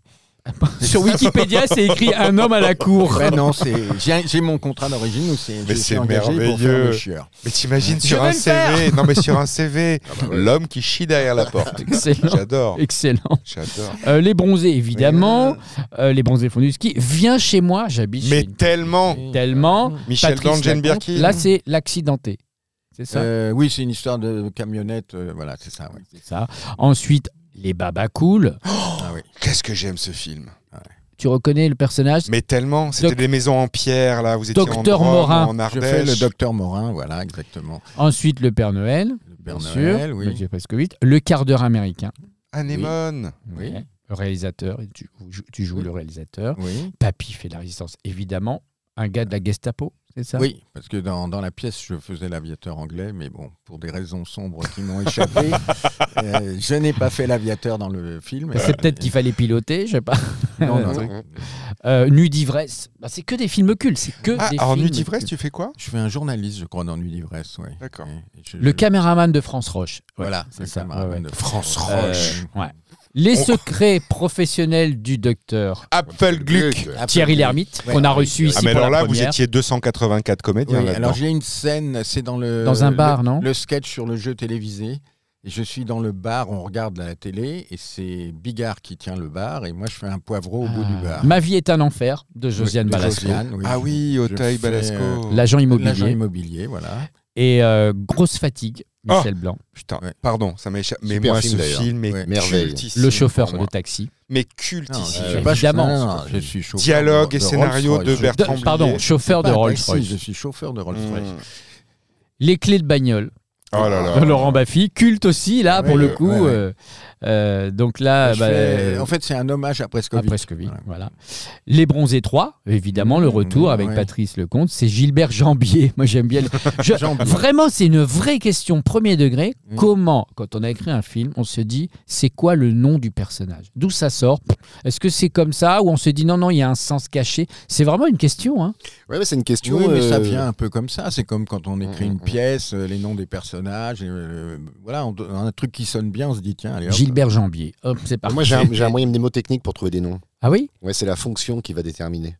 S2: Sur Wikipédia, c'est écrit Un homme à la cour.
S5: Ben non, c'est j'ai j'ai mon contrat d'origine où c'est
S3: Oh. Mais
S5: j'ai
S3: c'est
S5: été engagé pour faire le
S3: merveilleux.
S5: chieur.
S3: Mais t'imagines
S2: Je
S3: sur
S2: vais
S3: un
S2: le faire.
S3: CV, non mais sur un CV,
S4: ouais.
S3: l'homme qui chie derrière la porte.
S2: Excellent.
S3: J'adore,
S2: Excellent.
S3: j'adore.
S2: Euh, les bronzés, évidemment. Euh, les bronzés fondus ski. Viens chez moi, j'habite
S3: Mais
S2: chez
S3: tellement,
S2: tellement.
S3: Michel
S2: Patrice
S3: Dangenberki.
S2: Là, c'est l'accidenté. C'est ça.
S5: Euh, oui, euh, c'est une histoire de camionnette, euh, voilà, c'est ça. ouais.
S2: C'est ça. Ensuite, Les Baba Cool.
S3: Oh.
S5: Ah oui.
S3: Qu'est-ce que j'aime ce film
S2: Tu reconnais le personnage
S3: Mais tellement, c'était
S2: Doc-
S3: des maisons en pierre là, vous étiez
S2: Docteur
S3: en Drôme,
S2: Morin.
S3: en
S5: Je fais
S3: Ardèche.
S5: le docteur Morin, voilà, exactement.
S2: Ensuite, le Père Noël,
S5: Le
S2: bien
S5: Père
S2: sûr.
S5: Noël, oui.
S2: Mathieu Pascowitz. Le quart d'heure américain.
S3: Anémone.
S5: Oui.
S2: Ouais. Le réalisateur, et tu, jou- tu joues le réalisateur.
S5: Oui.
S2: Papy fait la résistance, évidemment. Un gars de la Gestapo, c'est ça
S5: Oui, parce que dans, dans la pièce, je faisais l'aviateur anglais, mais bon, pour des raisons sombres qui m'ont échappé, euh, je n'ai pas fait l'aviateur dans le film. Euh,
S2: C'est peut-être qu'il fallait piloter, je sais pas.
S5: Non, non,
S4: Ouais.
S5: non.
S2: Euh, Nuit d'ivresse. Bah, c'est que des films cultes, c'est que
S3: Ah,
S2: des
S3: alors
S2: films
S3: Nuit d'ivresse,
S2: cultes.
S3: tu fais quoi
S5: Je fais un journaliste, je crois, dans Nuit d'ivresse, oui.
S3: D'accord.
S5: Et je-
S2: Le
S5: je-
S2: caméraman de France Roche. Ouais,
S5: Voilà, Euh, c'est ça.
S2: ouais, ouais.
S5: France
S2: Roche. ouais. Les secrets professionnels du docteur
S3: Apple Gluck.
S2: Euh, Thierry Lhermitte,
S5: Ouais,
S2: qu'on a
S5: oui.
S2: reçu ici
S3: Ah, mais
S2: pour
S3: alors
S2: la
S3: là, vous
S2: première.
S3: étiez 284 comédiens
S5: Oui,
S3: là-dedans.
S5: alors j'ai une scène, c'est dans le
S2: Dans un
S5: le-
S2: bar, non
S5: Le sketch sur le jeu télévisé. Et je suis dans le bar, on regarde la télé et c'est Bigard qui tient le bar et moi je fais un poivreau au bout du
S2: Ah.
S5: bar.
S2: Ma vie est un enfer de Josiane
S5: De
S2: Balasco.
S5: Josiane,
S3: Ah
S5: je-
S3: oui, Auteuil,
S5: fais, euh,
S3: Balasco.
S2: L'agent
S5: L'agent
S2: immobilier
S5: immobilier, voilà.
S2: et euh, grosse fatigue,
S5: Ah,
S2: Michel Blanc.
S3: Putain,
S5: Ouais.
S3: pardon, ça m'échappe. Mais
S4: Super
S3: moi,
S4: film,
S3: ce
S4: d'ailleurs.
S3: film est
S5: Ouais.
S4: Merveille.
S3: cultissime
S2: Le chauffeur
S3: pour
S2: de
S3: moi.
S2: taxi.
S3: Mais
S5: Non,
S3: cultissime.
S2: je-
S5: euh, pas
S2: Évidemment.
S5: chauffeur, non, non, je suis chauffeur
S3: Dialogue
S5: de-
S3: et
S5: de
S3: scénario
S5: Rolls-Royce.
S3: de
S5: Je-
S2: De-
S3: Bertrand Blier.
S2: pardon, chauffeur
S5: pas
S2: de
S5: un
S2: Rolls-Royce.
S5: taxi, Je suis chauffeur
S4: Ah,
S5: de Rolls-Royce.
S3: Mmh.
S2: Les clés de bagnole
S3: Oh là là.
S2: de Laurent Baffy, culte aussi là
S5: Ah. Ouais,
S2: pour le
S5: ouais,
S2: coup.
S5: ouais, ouais.
S2: euh, euh, donc là,
S5: Je
S2: bah,
S5: fais- euh, En fait, c'est un hommage à Prescovitch.
S2: Après Scoville, voilà. Les Bronzés 3, évidemment, le retour
S5: mmh,
S2: avec
S5: ouais.
S2: Patrice Lecomte. C'est Gilbert Jambier. Moi, j'aime bien. le- Je-
S5: Jambier.
S2: Vraiment, c'est une vraie question, premier degré.
S4: Mm.
S5: Mmh.
S2: Comment, quand on a écrit un film, on se dit, c'est quoi le nom du personnage D'où ça sort Est-ce que c'est comme ça Ou on se dit, non, non, il y a un sens caché C'est vraiment une question. hein.
S4: Ouais, ouais, c'est une question.
S5: Oui, mais ça
S4: euh,
S5: vient un peu comme ça. C'est comme quand on écrit
S4: Mm,
S5: une
S4: mm.
S5: pièce, euh, les noms des personnages. et, euh, voilà, on, on a un truc qui sonne bien, on se dit tiens, allez hop.
S2: Gilbert Jambier. Hop, c'est parti.
S4: Ah, Moi, j'ai un, j'ai un moyen mnémotechnique pour trouver des noms.
S2: Ah oui
S4: Ouais, c'est la fonction qui va déterminer.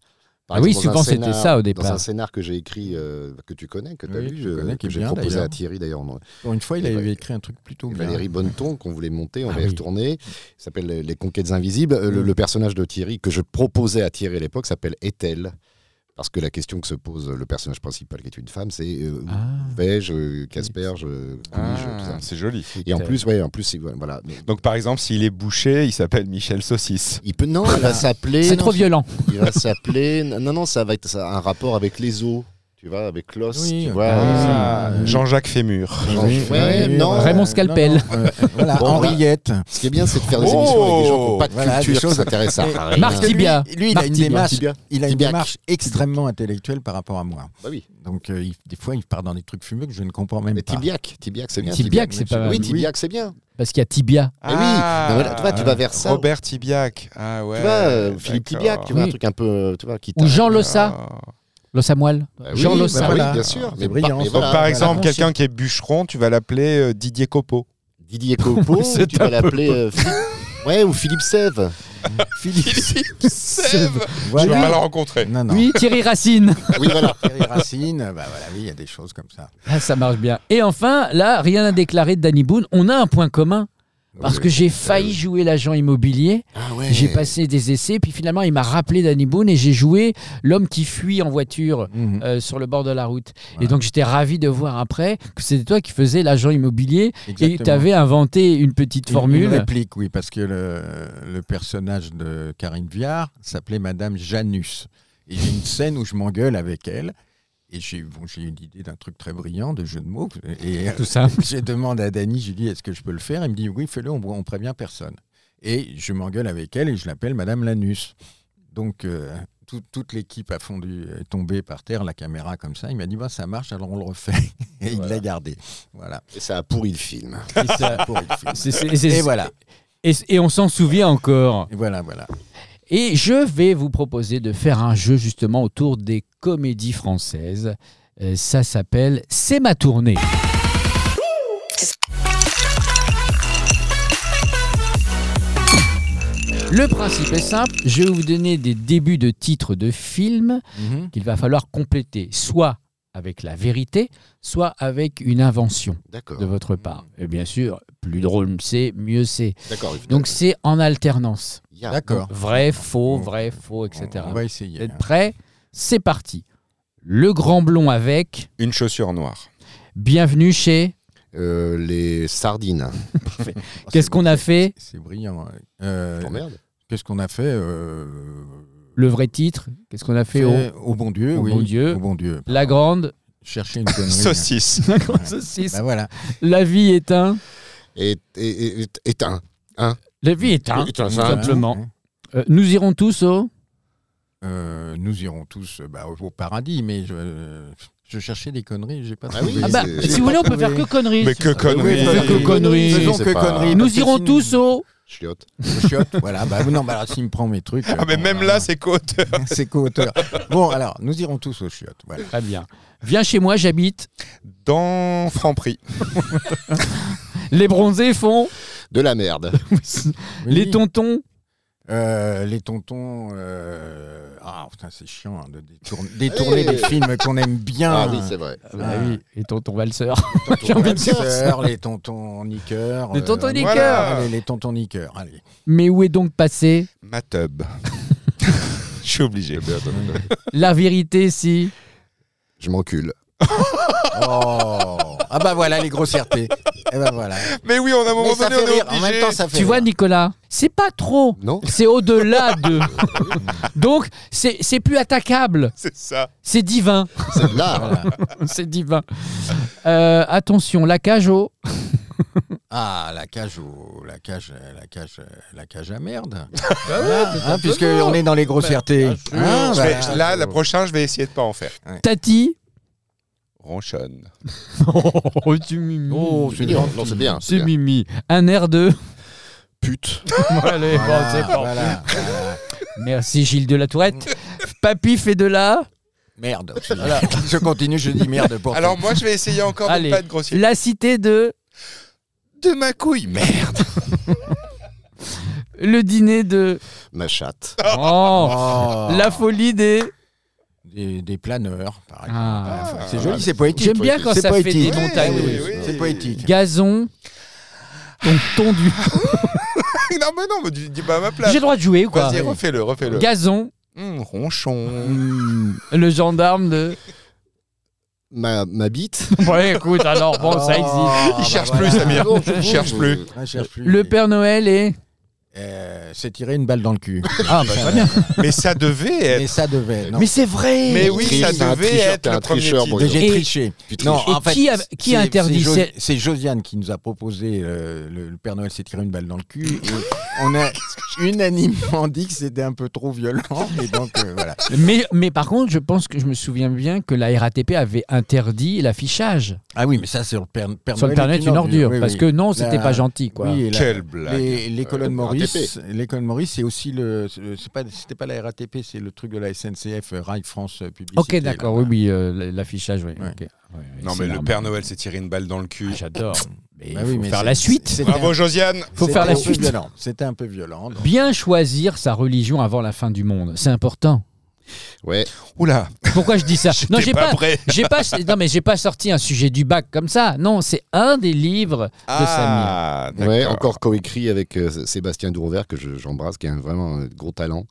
S4: Par
S2: Ah oui,
S4: exemple,
S2: souvent,
S4: dans un
S2: c'était
S4: scénar-
S2: ça au
S4: Dans un
S2: départ.
S4: scénar que j'ai écrit, euh, que tu connais, que tu as
S5: Oui,
S4: lu,
S5: je
S4: euh,
S5: connais, qui
S4: que
S5: est
S4: j'ai
S5: bien,
S4: proposé
S5: d'ailleurs.
S4: à Thierry d'ailleurs. non.
S5: Pour une fois, il
S4: Et
S5: avait
S4: ouais.
S5: écrit un truc plutôt bien.
S4: Valérie Bonneton, qu'on voulait monter, on
S2: Ah
S4: va y
S2: oui.
S4: retourner. Il s'appelle Les Les Conquêtes Invisibles. Euh, Le,
S5: Mm.
S4: le personnage de Thierry, que je proposais à Thierry à l'époque, s'appelle Ethel. Parce que la question que se pose euh, le personnage principal, qui est une femme, c'est euh,
S2: Ah.
S4: où vais-je, euh, qu'asperge, euh, couille-je, tout ça.
S3: Ah, c'est joli.
S4: Et en
S2: Ethel.
S4: plus, ouais, en plus, c'est- voilà.
S3: Donc, par exemple, s'il est bouché, il s'appelle Michel Saucisse.
S4: Il peut, non, il va s'appeler.
S2: C'est
S4: non,
S2: trop
S4: c'est-
S2: violent.
S4: Il va s'appeler. Non, non, ça va être ça a un rapport avec les os, tu vois, avec l'os,
S5: Oui,
S4: tu vois.
S5: Ah, oui.
S3: Jean-Jacques Fémur.
S4: Jean- Ouais,
S5: Oui,
S4: non.
S5: voilà.
S2: Raymond Scalpel.
S5: Non, non, euh, voilà,
S4: Bon,
S5: Henriette.
S4: Ce qui est bien, c'est de faire des
S3: Oh
S4: émissions avec des gens qui n'ont pas de
S5: Voilà, des
S4: culture,
S5: choses-
S4: qui s'intéressent à rien.
S2: Marc Tibia.
S5: Lui, lui, il a
S2: Marc
S5: une
S2: Tibia.
S5: démarche,
S4: Tibia.
S5: il a une
S4: Tibiac.
S5: démarche extrêmement intellectuelle par rapport à moi.
S4: Bah oui.
S5: Donc, euh, il- des fois, il part dans des trucs fumeux que je ne comprends même
S4: Mais
S5: pas.
S4: Tibiac, Tibiac, c'est bien.
S2: Tibiac, c'est pas
S4: Oui,
S2: mal.
S4: Tibiac, c'est bien.
S2: Parce qu'il y a Tibia.
S4: Eh oui. Non, mais là, tu vois, tu vas vers ça.
S3: Ah. Robert Tibiac. Ah ouais.
S4: Tu vois, euh, Philippe Tibiac, tu vois,
S2: Oui.
S4: un truc un peu, euh, tu vois, qui
S2: Ou
S4: t'a-
S2: Jean Lossa.
S3: ça.
S2: Lossa Moelle.
S4: Bah
S2: Jean
S4: oui, bah
S2: Lossa.
S4: oui,
S5: Voilà.
S4: bien sûr.
S5: C'est
S4: Mais
S5: brillant,
S4: par- mais
S5: ça.
S4: voilà,
S3: par
S4: voilà.
S3: exemple,
S5: on
S3: quelqu'un qui est bûcheron, tu vas l'appeler euh, Didier Copeau.
S4: Didier Copo,
S2: C'est
S4: tu vas l'appeler. euh, Philippe- Ouais, ou Philippe Sève.
S3: Sève Tu
S5: Voilà.
S3: vas pas le rencontrer.
S5: Non, non.
S2: Oui, Thierry Racine.
S4: Oui, voilà.
S5: Thierry Racine, bah voilà, oui, il y a des choses comme ça.
S2: Ah, ça marche bien. Et enfin, là, rien à déclarer de Danny Boone. On a un point commun. Parce
S5: euh,
S2: que j'ai failli jouer l'agent immobilier.
S4: Ah ouais.
S2: J'ai passé des essais. Puis finalement, il m'a rappelé Danny Boone et j'ai joué l'homme qui fuit en voiture.
S5: Mhm.
S2: euh, sur le bord de la route.
S5: Voilà.
S2: Et donc j'étais ravi de voir après que c'était toi qui faisais l'agent immobilier et
S5: Exactement.
S2: tu avais inventé une petite
S5: Une-
S2: formule.
S5: Une réplique, oui, parce que le, le personnage de Karine Viard s'appelait Madame Janus. Et j'ai une scène où je m'engueule avec elle. Et j'ai bon, j'ai une idée d'un truc très brillant, de jeu de mots. Et euh,
S2: Tout ça.
S5: je demande à Dany, je lui dis, est-ce que je peux le faire Il me dit, oui, fais-le, on, on prévient personne. Et je m'engueule avec elle et je l'appelle Madame Lanus. Donc, euh, tout- toute l'équipe a fondu, est tombée par terre, la caméra comme ça. Il m'a dit, bah, ça marche, alors on le refait. Et il
S2: Voilà.
S5: l'a gardé. Voilà.
S4: Et ça a pourri le film.
S2: Et, ça-
S5: Pour le film.
S2: c'est- c'est- c'est-
S5: Et voilà.
S2: et- et on s'en souvient encore.
S5: Et voilà, voilà.
S2: Et je vais vous proposer de faire un jeu justement autour des comédies françaises. Euh, ça s'appelle C'est ma tournée. Le principe est simple, je vais vous donner des débuts de titres de films
S5: Mhm.
S2: qu'il va falloir compléter, soit avec la vérité, soit avec une invention
S4: D'accord.
S2: de votre part. Et bien sûr, plus drôle c'est, mieux c'est.
S4: D'accord.
S2: Donc c'est en alternance.
S4: il y a-
S5: D'accord.
S2: Vrai, faux,
S5: On-
S2: vrai, faux, etc.
S5: On va essayer.
S2: Vous
S5: hein.
S2: êtes prêts C'est parti. Le grand blond avec.
S3: Une chaussure noire.
S5: Ah,
S2: Bienvenue chez
S4: euh, les sardines. Oh,
S2: Qu'est-ce qu'on a fait
S5: C'est brillant. ouais. Euh,
S4: Je t'emmerde.
S5: Qu'est-ce qu'on a fait euh,
S2: Le vrai titre Qu'est-ce qu'on a fait au-
S5: fait Au bon Dieu,
S2: Au
S5: oui.
S2: bon Dieu.
S5: Au bon Dieu.
S2: La grande,
S5: Chercher une connerie.
S3: Saucisse.
S2: la grande
S5: Ouais.
S2: saucisse.
S5: Bah voilà.
S2: La vie est un.
S4: Et, et, et- et- éteint.
S2: La vie est un.
S4: Éteint,
S2: Tout
S4: ça.
S2: Hein. simplement.
S5: Ouais.
S2: Euh, nous irons tous au.
S5: Euh, nous irons tous euh, bah, au au paradis, mais je, je cherchais des conneries, j'ai pas
S4: Ah
S5: trouvé.
S4: oui,
S2: Ah
S4: Et
S2: bah,
S4: c'est-
S2: si vous voulez, on peut faire que conneries.
S3: Mais que
S5: Oui,
S3: conneries.
S5: faut faire
S2: que conneries.
S5: Faisons
S4: C'est
S5: que
S4: pas-
S5: conneries. parce
S2: Nous
S5: que
S2: irons
S5: sinon-
S2: tous au.
S4: Chiotte.
S5: Au chiotte, voilà. Bah, non, bah, alors, s'il me prend mes trucs.
S3: Ah, mais
S5: bon,
S3: même
S5: alors,
S3: là, c'est co-auteur.
S5: c'est co-auteur. Bon, alors, nous irons tous au chiotte. Voilà.
S2: Très bien. Viens chez moi, j'habite.
S3: Dans Franprix.
S2: Les bronzés font.
S4: De la merde.
S2: Les
S5: Oui.
S2: tontons.
S5: Euh, les tontons. euh, Ah putain, c'est chiant hein, de détourner, détourner
S4: Allez.
S5: des films qu'on aime bien.
S4: Ah oui, c'est vrai.
S2: Bah
S5: Ah.
S2: oui, les tontons valseurs.
S5: Les tontons
S2: j'ai envie de dire ça.
S5: valseurs, Les tontons niqueurs. euh,
S2: Les tontons niqueurs.
S5: voilà, allez, les tontons niqueurs. Allez.
S2: Mais où est donc passé
S3: Ma tub. Je suis obligé.
S2: la vérité si
S4: Je m'encule.
S5: Oh. Ah bah voilà, les grossièretés. Et bah voilà.
S3: Mais oui, on a un moment
S5: Mais ça
S3: donné, on
S5: fait
S3: est
S5: rire. En même
S3: obligé.
S5: temps, ça fait
S2: Tu vois
S5: rire.
S2: Nicolas, c'est pas trop,
S4: Non
S2: c'est au-delà de. Donc c'est c'est plus attaquable,
S3: C'est ça.
S2: c'est divin,
S4: C'est de l'art.
S5: Voilà.
S2: c'est divin. Euh, attention, la cage au.
S5: Ah, la cage, au, la cage, euh, la cage, euh, la cage à merde.
S2: Ah
S5: Voilà, hein, puisque on est dans
S2: Bah,
S5: les grossièretés. Ah,
S3: Je
S5: bah,
S3: vais- là, la prochaine, je vais essayer de pas en faire.
S2: Tati.
S3: Ronchonne.
S2: Oh, c'est mimi.
S4: Oh, c'est bien. Non, c'est bien. c'est
S2: C'est
S4: bien.
S2: mimi. Un air de.
S4: Pute.
S2: Allez, bon,
S5: voilà,
S2: c'est bon.
S5: voilà, voilà.
S2: Merci Gilles de la Tourette. Papy fait de la.
S5: Merde. aussi. Je continue, je dis merde pour.
S3: Alors, moi, je vais essayer encore de
S2: Allez.
S3: ne pas être grossier.
S2: La cité de.
S3: De ma couille, merde.
S2: Le dîner de.
S4: Ma chatte.
S5: tout.
S2: Oh,
S5: Oh.
S2: La folie des.
S5: des, des planeurs, par exemple.
S2: Ah.
S5: Enfin,
S4: Euh,
S5: c'est joli, c'est poétique.
S2: J'aime bien quand
S5: C'est
S2: ça fait
S5: poétique.
S2: des montagnes
S5: Oui,
S2: russes.
S5: oui, C'est poétique.
S2: Gazon. Donc tondu.
S3: non, mais non, mais dis dis pas à ma place.
S2: J'ai le droit de jouer ou quoi
S3: Vas-y, refais-le, refais-le.
S2: Gazon.
S3: Hum, ronchon.
S5: Euh,
S2: Hmm, Le gendarme de.
S4: Ma, ma bite.
S2: Bon, écoute, alors bon, ça existe.
S5: Oh, bah
S3: Il cherche
S5: voilà.
S3: plus, Samir.
S4: Non, je
S3: Il cherche plus.
S5: Ah, je cherche plus.
S2: Le Père Noël et.
S5: Euh, s'est tiré une balle dans le cul.
S2: Ah, bah très bien.
S3: Mais ça devait
S5: Mais
S3: être.
S5: ça devait. non.
S2: Mais c'est vrai
S3: Mais oui,
S4: triche,
S3: ça
S4: c'est un
S3: devait
S4: tricheur,
S3: être
S4: t'es
S3: le
S4: un
S3: premier
S4: tricheur,
S3: titre.
S5: Mais j'ai
S2: Et-
S5: triché.
S4: Putain.
S5: Non,
S2: Et
S5: en fait,
S2: qui a- qui a
S5: c'est-
S2: interdit
S5: c'est, Jo-
S2: ces-
S5: c'est Josiane qui nous a proposé euh, le, le Père Noël s'est tiré une balle dans le cul. Et on a unanimement dit que c'était un peu trop violent. Et donc, euh, voilà.
S2: mais, mais par contre, je pense que je me souviens bien que la RATP avait interdit l'affichage
S5: Ah oui, mais ça, sur le Père, Père
S2: sur le
S5: Noël
S2: Père
S5: est
S2: Noël, une ordure.
S5: Oui,
S2: parce
S5: oui.
S2: que non, c'était
S5: La-
S2: pas gentil, quoi.
S5: Oui, et la-
S3: Quelle blague.
S5: les, les colonnes
S4: le
S5: Maurice, l'école Maurice, c'est aussi le, c'est pas, c'était pas la RATP, c'est le truc de la SNCF, euh, Rail France euh, Publicité.
S2: Ok, d'accord, oui,
S5: là-bas.
S2: oui, euh, l'affichage, oui.
S5: Ouais.
S2: ok. Ouais, ouais,
S3: Non,
S2: c'est
S3: mais le
S2: normal.
S3: Père Noël s'est tiré une balle dans le
S2: Ah,
S3: cul.
S2: J'adore. Mais
S5: Bah
S2: il
S5: oui,
S2: faut
S5: mais
S2: faire
S5: c'est-
S2: la suite.
S5: c'était
S3: Bravo,
S5: un-
S3: Josiane.
S2: Faut
S5: c'était
S2: faire la
S5: un peu
S2: suite.
S5: violent. C'était un peu violent. donc.
S2: Bien choisir sa religion avant la fin du monde, c'est important.
S4: Ouais.
S3: Oula.
S2: Pourquoi je dis ça Non,
S3: T'es
S2: j'ai pas,
S3: prêt.
S2: j'ai pas, non mais j'ai pas sorti un sujet du bac comme ça. Non, c'est un des livres de Samir.
S3: Ah, d'accord.
S4: Ouais, encore coécrit avec euh, Sébastien Dourvert, que je- j'embrasse, qui a un- vraiment un gros talent.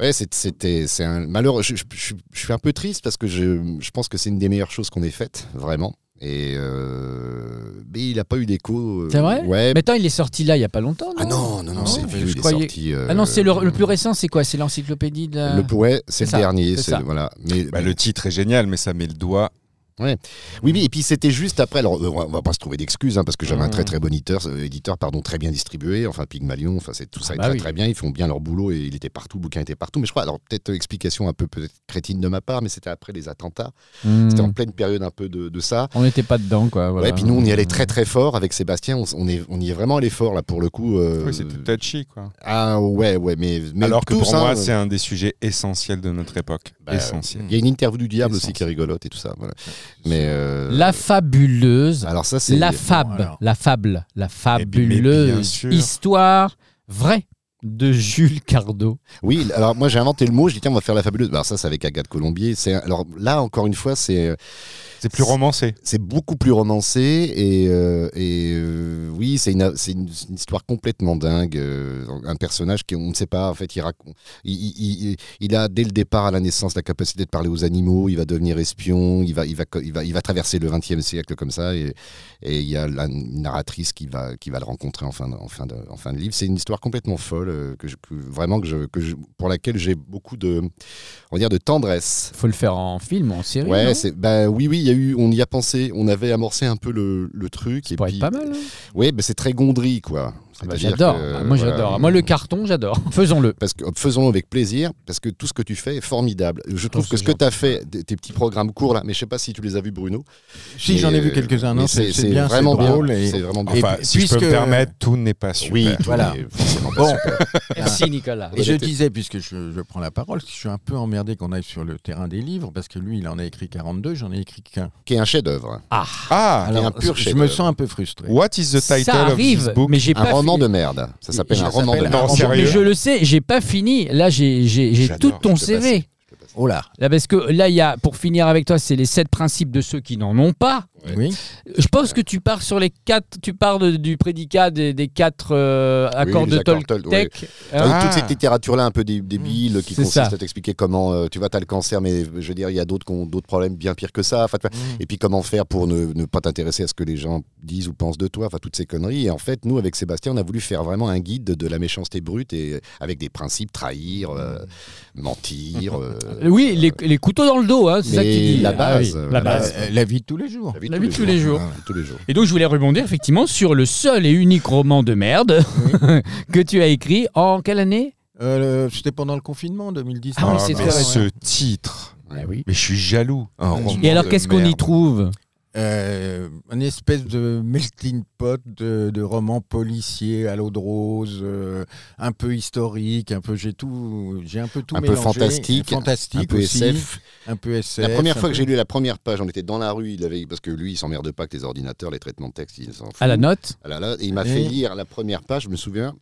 S4: Ouais, c'est- c'était, c'est un malheur. Je, je- je- je suis un peu triste parce que je, je pense que c'est une des meilleures choses qu'on ait faites, vraiment. Et euh, mais il n'a pas eu d'écho. euh,
S2: C'est vrai
S4: Ouais.
S2: Mais attends, il est sorti là il y a pas longtemps, non
S4: Ah non, non, non,
S2: Non,
S4: c'est
S2: je
S4: vieux, il est
S2: croyais-
S4: sorti, euh,
S2: Ah non, c'est le, le plus récent, c'est quoi C'est l'encyclopédie de. la-
S4: Le ouais, c'est le
S2: ça,
S4: dernier.
S2: c'est
S4: c'est-
S2: ça.
S4: voilà. Mais,
S3: Bah, le titre est génial, mais ça met le doigt.
S4: Oui, oui, et puis c'était juste après. Alors, euh, on va pas se trouver d'excuses, hein, parce que j'avais un
S5: Mhm.
S3: Mmh.
S4: très très bon éditeur, euh, éditeur pardon, très bien distribué. Enfin, Pygmalion, enfin, c'est tout ça
S2: Ah
S4: est
S2: bah
S4: très
S2: oui.
S4: très bien. Ils font bien leur boulot et il était partout, le bouquin était partout. Mais je crois, alors peut-être euh, explication un peu peut-être crétine de ma part, mais c'était après les attentats.
S2: Hmm,
S3: Mmh.
S4: C'était en pleine période un peu de, de ça.
S2: On n'était pas dedans, quoi. voilà.
S4: Ouais, puis nous, on y allait très très fort avec Sébastien. On, s- on est, on y est vraiment allé fort là pour le coup. euh,
S3: Oui, c'était touchy, quoi.
S4: ah ouais, ouais, mais, mais
S3: Alors que
S4: tous,
S3: pour
S4: hein,
S3: moi,
S4: euh,
S3: c'est un des sujets essentiels de notre époque.
S4: Bah,
S3: Essentiel.
S4: Il y a une interview du diable aussi
S3: Essentiel.
S4: qui est rigolote et tout ça. Voilà. Mais euh,
S2: La fabuleuse,
S4: alors ça c'est
S2: la fab,
S5: alors.
S2: la fable, la
S3: Eh bien, mais bien
S2: fabuleuse
S3: sûr.
S2: histoire vraie de Jules Cardo.
S4: Oui, alors Ben, moi j'ai inventé le mot, j'ai dit tiens, on va faire la fabuleuse. Alors ça, c'est euh, avec Agathe Colombier. C'est, alors là, encore une fois, c'est.
S3: C'est plus romancé.
S4: C'est beaucoup plus romancé et, euh, et euh, oui, c'est une, c'est une- c'est une histoire complètement dingue. euh, un personnage qui, on ne sait pas, en fait, il, raconte, il, il- il- il a dès le départ à la naissance la capacité de parler aux animaux, il va devenir espion, il va, il va, co- il va, il va traverser le XXe siècle comme ça et, et il y a la une narratrice qui va, qui va le rencontrer en fin de, en fin de, en fin de livre. C'est une histoire complètement folle, euh, que je- que- vraiment que je, que je- pour laquelle j'ai beaucoup de, on va dire, de tendresse.
S2: Faut le faire en film, en série.
S4: Ouais,
S2: non
S4: c'est bah oui oui, il y a eu on y a pensé, on avait amorcé un peu le, le truc
S2: Ça
S4: et
S2: pourrait
S4: puis
S2: être pas mal. hein.
S4: Ouais, bah, c'est très gondry quoi.
S2: Ah bah,
S4: C'est-à-dire
S2: j'adore.
S4: que,
S2: Ah, moi,
S4: voilà,
S2: j'adore. Moi, le carton, j'adore. Faisons-le.
S4: parce que faisons-le avec plaisir parce que tout ce que tu fais est formidable. Je trouve
S2: Oh,
S4: que
S2: c'est
S4: ce que tu as fait des- tes petits programmes courts là, mais je sais pas si tu les as vus Bruno.
S5: Si
S4: mais-
S5: j'en ai vu quelques-uns, non,
S4: mais
S5: c'est c'est bien, c'est
S4: vraiment
S5: drôle.
S4: bien.
S5: et-
S4: C'est vraiment bien.
S5: et
S3: Enfin,
S5: puis-
S3: si je peux me
S5: puisque-
S3: permettre, tout n'est pas super.
S4: oui, tout
S5: voilà.
S4: est forcément pas
S5: Bon.
S4: super.
S2: Merci, Nicolas.
S5: Et je
S4: Honnêteté.
S5: disais, puisque je, je prends la parole, je suis un peu emmerdé qu'on aille sur le terrain des livres, parce que lui, il en a écrit 42, j'en ai écrit qu'un.
S4: Qui est un chef-d'œuvre.
S2: Ah,
S3: Ah,
S5: Alors,
S4: un pur
S5: je
S4: chef-d'œuvre.
S5: me sens un peu frustré.
S3: what is the title
S2: ça
S3: of
S2: arrive,
S3: this book
S2: mais j'ai
S4: Un
S2: pas.
S4: roman
S2: fini.
S4: de merde. Ça s'appelle
S5: Il
S4: un roman de
S5: s'appelle
S4: merde.
S5: un
S3: Non,
S5: roman-
S2: Mais
S3: sérieux.
S2: je le sais, j'ai pas fini. Là, j'ai j'ai- j'ai
S3: J'adore,
S2: tout ton
S4: je te passe.
S2: CV.
S5: Oh là
S2: Là, parce que là, il y a, pour finir avec toi, c'est les sept principes de ceux qui n'en ont pas.
S5: Oui.
S2: Je pense que tu pars sur les quatre, tu pars de- du prédicat des, des quatre euh, accords
S4: les
S2: de
S4: accords
S2: Toltec.
S4: Avec
S3: Ah.
S4: toute cette littérature-là un peu dé- débile qui
S2: C'est
S4: consiste
S2: ça.
S4: à t'expliquer comment, euh, tu vois, t'as le cancer, mais je veux dire, il y a d'autres qui ont d'autres problèmes bien pires que ça. Enfin, tu vois. Et puis comment faire pour ne, ne pas t'intéresser à ce que les gens disent ou pensent de toi, enfin toutes ces conneries. Et en fait, nous, avec Sébastien, on a voulu faire vraiment un guide de la méchanceté brute et euh, avec des principes, trahir, euh, mentir. euh,
S2: Oui, les, les couteaux dans le dos, hein, c'est
S4: Mais
S2: ça que tu dis.
S4: la
S2: Ah
S4: base,
S2: oui,
S4: euh,
S2: la
S4: la
S2: base.
S4: base.
S5: Euh, la vie de tous les jours.
S4: la vie,
S2: la vie de tous les jours.
S4: La vie de tous les jours.
S2: Et donc, je voulais rebondir effectivement sur le seul et unique roman de merde que tu as écrit en quelle année
S5: Euh, C'était pendant le confinement, 2010.
S2: Ah oui,
S3: Ah,
S2: c'est
S3: mais
S2: toi, ouais.
S3: ce titre.
S2: oui.
S3: Mais je suis jaloux. Un
S5: Et
S3: roman
S2: Et alors,
S3: de
S2: qu'est-ce qu'on y
S3: merde.
S2: trouve
S5: Euh, une espèce de melting pot de, de romans policiers à l'eau de rose, euh, un peu historique, un peu j'ai tout, j'ai un peu tout
S4: Un peu
S5: mélangé,
S4: fantastique,
S5: fantastique
S4: un peu
S5: aussi,
S4: SF.
S5: un peu SF.
S4: E La première
S5: un
S4: fois que
S5: peu-
S4: j'ai lu la première page, on était dans la rue, il avait, parce que lui, il s'emmerde pas que les ordinateurs, les traitements de texte, il s'en fout.
S2: à la note
S4: Ah là là, et il m'a
S5: Et-
S4: fait lire la première page, je me souviens.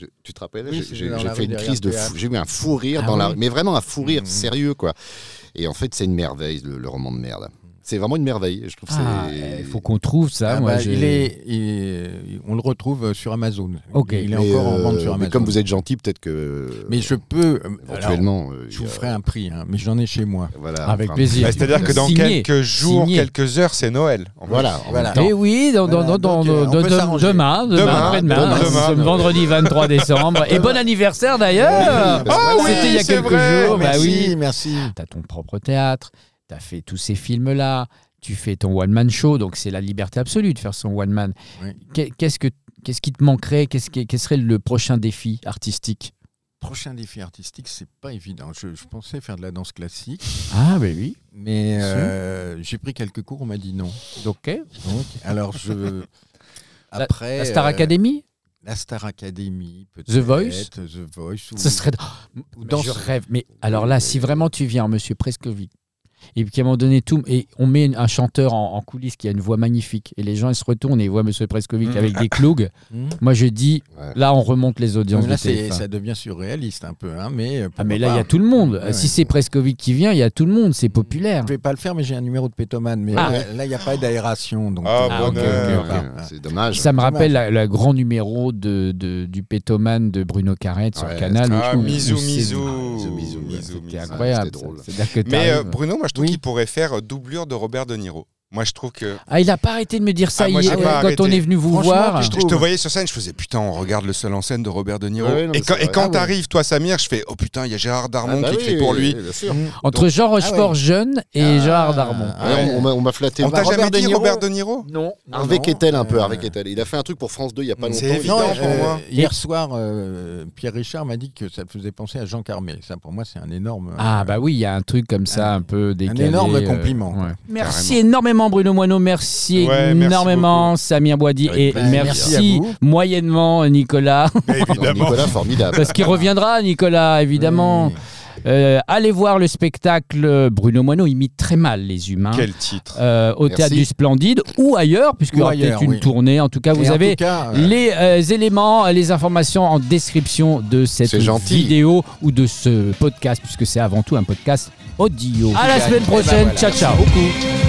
S4: je- tu te rappelles
S5: Oui,
S4: J'ai-
S5: c'était
S4: J'ai
S5: dans
S4: j'ai
S5: la rue
S4: fait une
S5: derrière
S4: crise de
S5: Théâtre.
S4: fou. J'ai eu un fou rire
S5: Ah
S4: dans la
S5: oui.
S4: mais vraiment un fou rire
S5: Mhm.
S4: sérieux quoi. Et en fait, c'est une merveille le, le roman de merde. C'est vraiment une merveille, je trouve. que
S2: Ah,
S5: eh,
S4: c'est-
S2: il faut qu'on trouve ça.
S5: Ah
S2: moi,
S5: bah,
S2: je-
S5: il est, il- on le retrouve sur Amazon.
S2: Ok.
S5: Il est
S4: Mais,
S5: encore en
S4: euh,
S5: vente sur
S4: mais
S5: Amazon.
S4: comme vous êtes gentil, peut-être que.
S5: Mais je peux. euh, alors,
S4: éventuellement. euh,
S5: je
S4: il y
S5: vous
S4: a-
S5: ferai un prix, hein, mais j'en ai chez moi.
S4: Voilà.
S2: Avec
S4: enfin,
S2: plaisir.
S3: Bah, C'est-à-dire que dans
S2: Signé.
S3: quelques jours,
S2: Signé.
S3: quelques heures, c'est Noël. en
S4: Voilà. en
S5: Voilà.
S4: même temps.
S2: Eh oui, dans, dans-
S5: Ah. Voilà,
S2: dans-
S5: donc,
S2: dans-
S5: euh, on
S2: dans-
S5: peut
S2: dans-
S5: s'arranger.
S2: demain, demain,
S3: Demain,
S2: après-demain,
S4: demain,
S2: nous
S3: demain.
S2: sommes vendredi 23 décembre. Et bon anniversaire d'ailleurs Oh,
S4: Oui, parce que-
S3: Ah oui,
S2: C'était il y a
S3: c'est
S2: quelques
S3: vrai,
S2: jours, bah
S5: merci,
S2: oui.
S5: merci.
S2: T'as ton propre théâtre, t'as fait tous ces films-là, tu fais ton one-man show, donc c'est la liberté absolue de faire son one-man.
S5: Oui.
S2: Qu'est- Qu'est-ce que Qu'est-ce qui te manquerait Qu'est-ce qui quel serait le prochain défi artistique
S5: Prochain défi artistique, c'est pas évident. Je, je pensais faire de la danse classique,
S2: Ah, ben oui.
S5: mais
S2: Si.
S5: euh, j'ai pris quelques cours, on m'a dit non.
S2: Ok.
S5: Donc, alors je.
S2: La-
S5: Après.
S2: La Star
S5: euh,
S2: Academy
S5: La Star Academy, peut-être.
S2: Voice
S5: The Voice. Ou,
S2: Ce serait.
S5: ou
S2: Mais
S5: danse-
S2: Bah, je rêve. Mais alors là, si vraiment tu viens, Monsieur Prescovic, et qu'à un moment donné, tout, et on met un chanteur en, en coulisses qui a une voix magnifique, et les gens ils se retournent et ils voient Monsieur Prescovic
S5: Mhm.
S2: avec des clougs,
S5: Hmm
S2: moi je dis,
S4: Ouais.
S2: là on remonte les audiences.
S5: Mais là,
S2: de
S5: c'est-
S2: TF1.
S5: ça devient surréaliste un peu. Hein, mais euh,
S2: Ah, mais
S5: pourquoi
S2: là il y a
S5: pas.
S2: tout le monde.
S5: Ouais,
S2: si
S5: ouais.
S2: c'est Prescovic qui vient, il y a tout le monde, c'est populaire.
S5: Je vais pas le faire, mais j'ai un numéro de pétomane. Mais
S2: Ah.
S5: là- là, il n'y a pas d'aération. donc,
S3: Ah,
S5: euh,
S2: Ah, ok, bonheur.
S4: Ok,
S5: voilà.
S4: C'est dommage.
S2: Ça me rappelle la, la grand numéro de, de- du pétoman de Bruno Carrette sur
S4: Ouais.
S2: Canal. où
S3: Ah,
S2: je- où
S3: bisous,
S2: c'est-
S3: bisous.
S4: Bisous, bisous,
S2: C'était
S4: bisous.
S2: incroyable.
S4: C'était
S2: ça.
S4: drôle.
S2: C'est-à-dire que
S3: Mais euh,
S2: t'arrives-
S3: Bruno, moi je trouve
S5: Oui.
S3: qu'il pourrait faire euh, doublure de Robert De Niro. Moi je trouve que
S2: Ah, il a pas arrêté de me dire ça
S3: Ah, moi,
S2: hier,
S3: j'ai
S2: quand
S3: pas
S2: on
S3: arrêté.
S2: est venu vous
S5: Franchement,
S2: voir.
S5: puis je
S3: je te
S5: trouve-
S3: voyais sur scène, je faisais putain, on regarde le seul en scène de Robert De Niro.
S4: Ouais, Ah, bah non, mais
S3: et, quand,
S4: c'est
S3: et
S4: vrai.
S3: quand
S4: Ah,
S3: t'arrives toi Samir, je fais oh putain, il y a Gérard Darmon qui écrit pour lui.
S4: bien sûr.
S5: Hmm.
S2: Entre Jean Rochefort jeune et
S5: Ah,
S2: Gérard Darmon.
S5: ah ouais.
S4: Ouais, on- on m'a- On m'a flatté.
S3: On t'a
S4: Robert
S3: jamais
S4: De
S3: dit
S4: Niro,
S3: Robert De Niro
S2: Non.
S4: Hervé
S5: Non,
S4: Kettel un peu,
S5: euh,
S4: Hervé Kettel. Il a fait un truc pour France 2 il y a pas longtemps.
S3: C'est
S4: il-
S3: évident,
S5: Non,
S3: pour
S5: euh,
S3: moi.
S5: Hier soir, euh, Pierre Richard m'a dit que ça le faisait penser à Jean Carmé. Ça, pour moi, c'est un énorme. euh,
S2: Ah bah oui, il y a un truc comme ça, un peu décalé.
S5: énorme
S2: euh,
S5: compliment.
S2: Merci énormément Bruno Moineau, merci
S3: Ouais, merci
S2: énormément Samir Boidi
S4: Avec
S2: et
S4: plaisir.
S5: Merci à
S2: merci
S5: vous.
S2: moyennement Nicolas,
S4: Non, Nicolas, formidable.
S2: parce qu'il reviendra Nicolas évidemment.
S5: Oui.
S2: Euh, allez voir le spectacle Bruno Moineau imite très mal les humains.
S3: Quel titre
S2: euh, au
S4: Merci.
S2: théâtre du Splendide ou ailleurs, puisqu'il y
S5: Ou
S2: aura
S5: ailleurs,
S2: peut-être une
S5: oui.
S2: tournée. En tout cas, vous
S5: Et en
S2: avez
S5: tout cas, euh,
S2: les euh, éléments, les informations en description de cette
S4: C'est gentil.
S2: vidéo ou de ce podcast, puisque c'est avant tout un podcast audio. À la semaine
S5: Eh ben
S2: prochaine,
S5: voilà.
S2: ciao ciao.
S5: Merci beaucoup.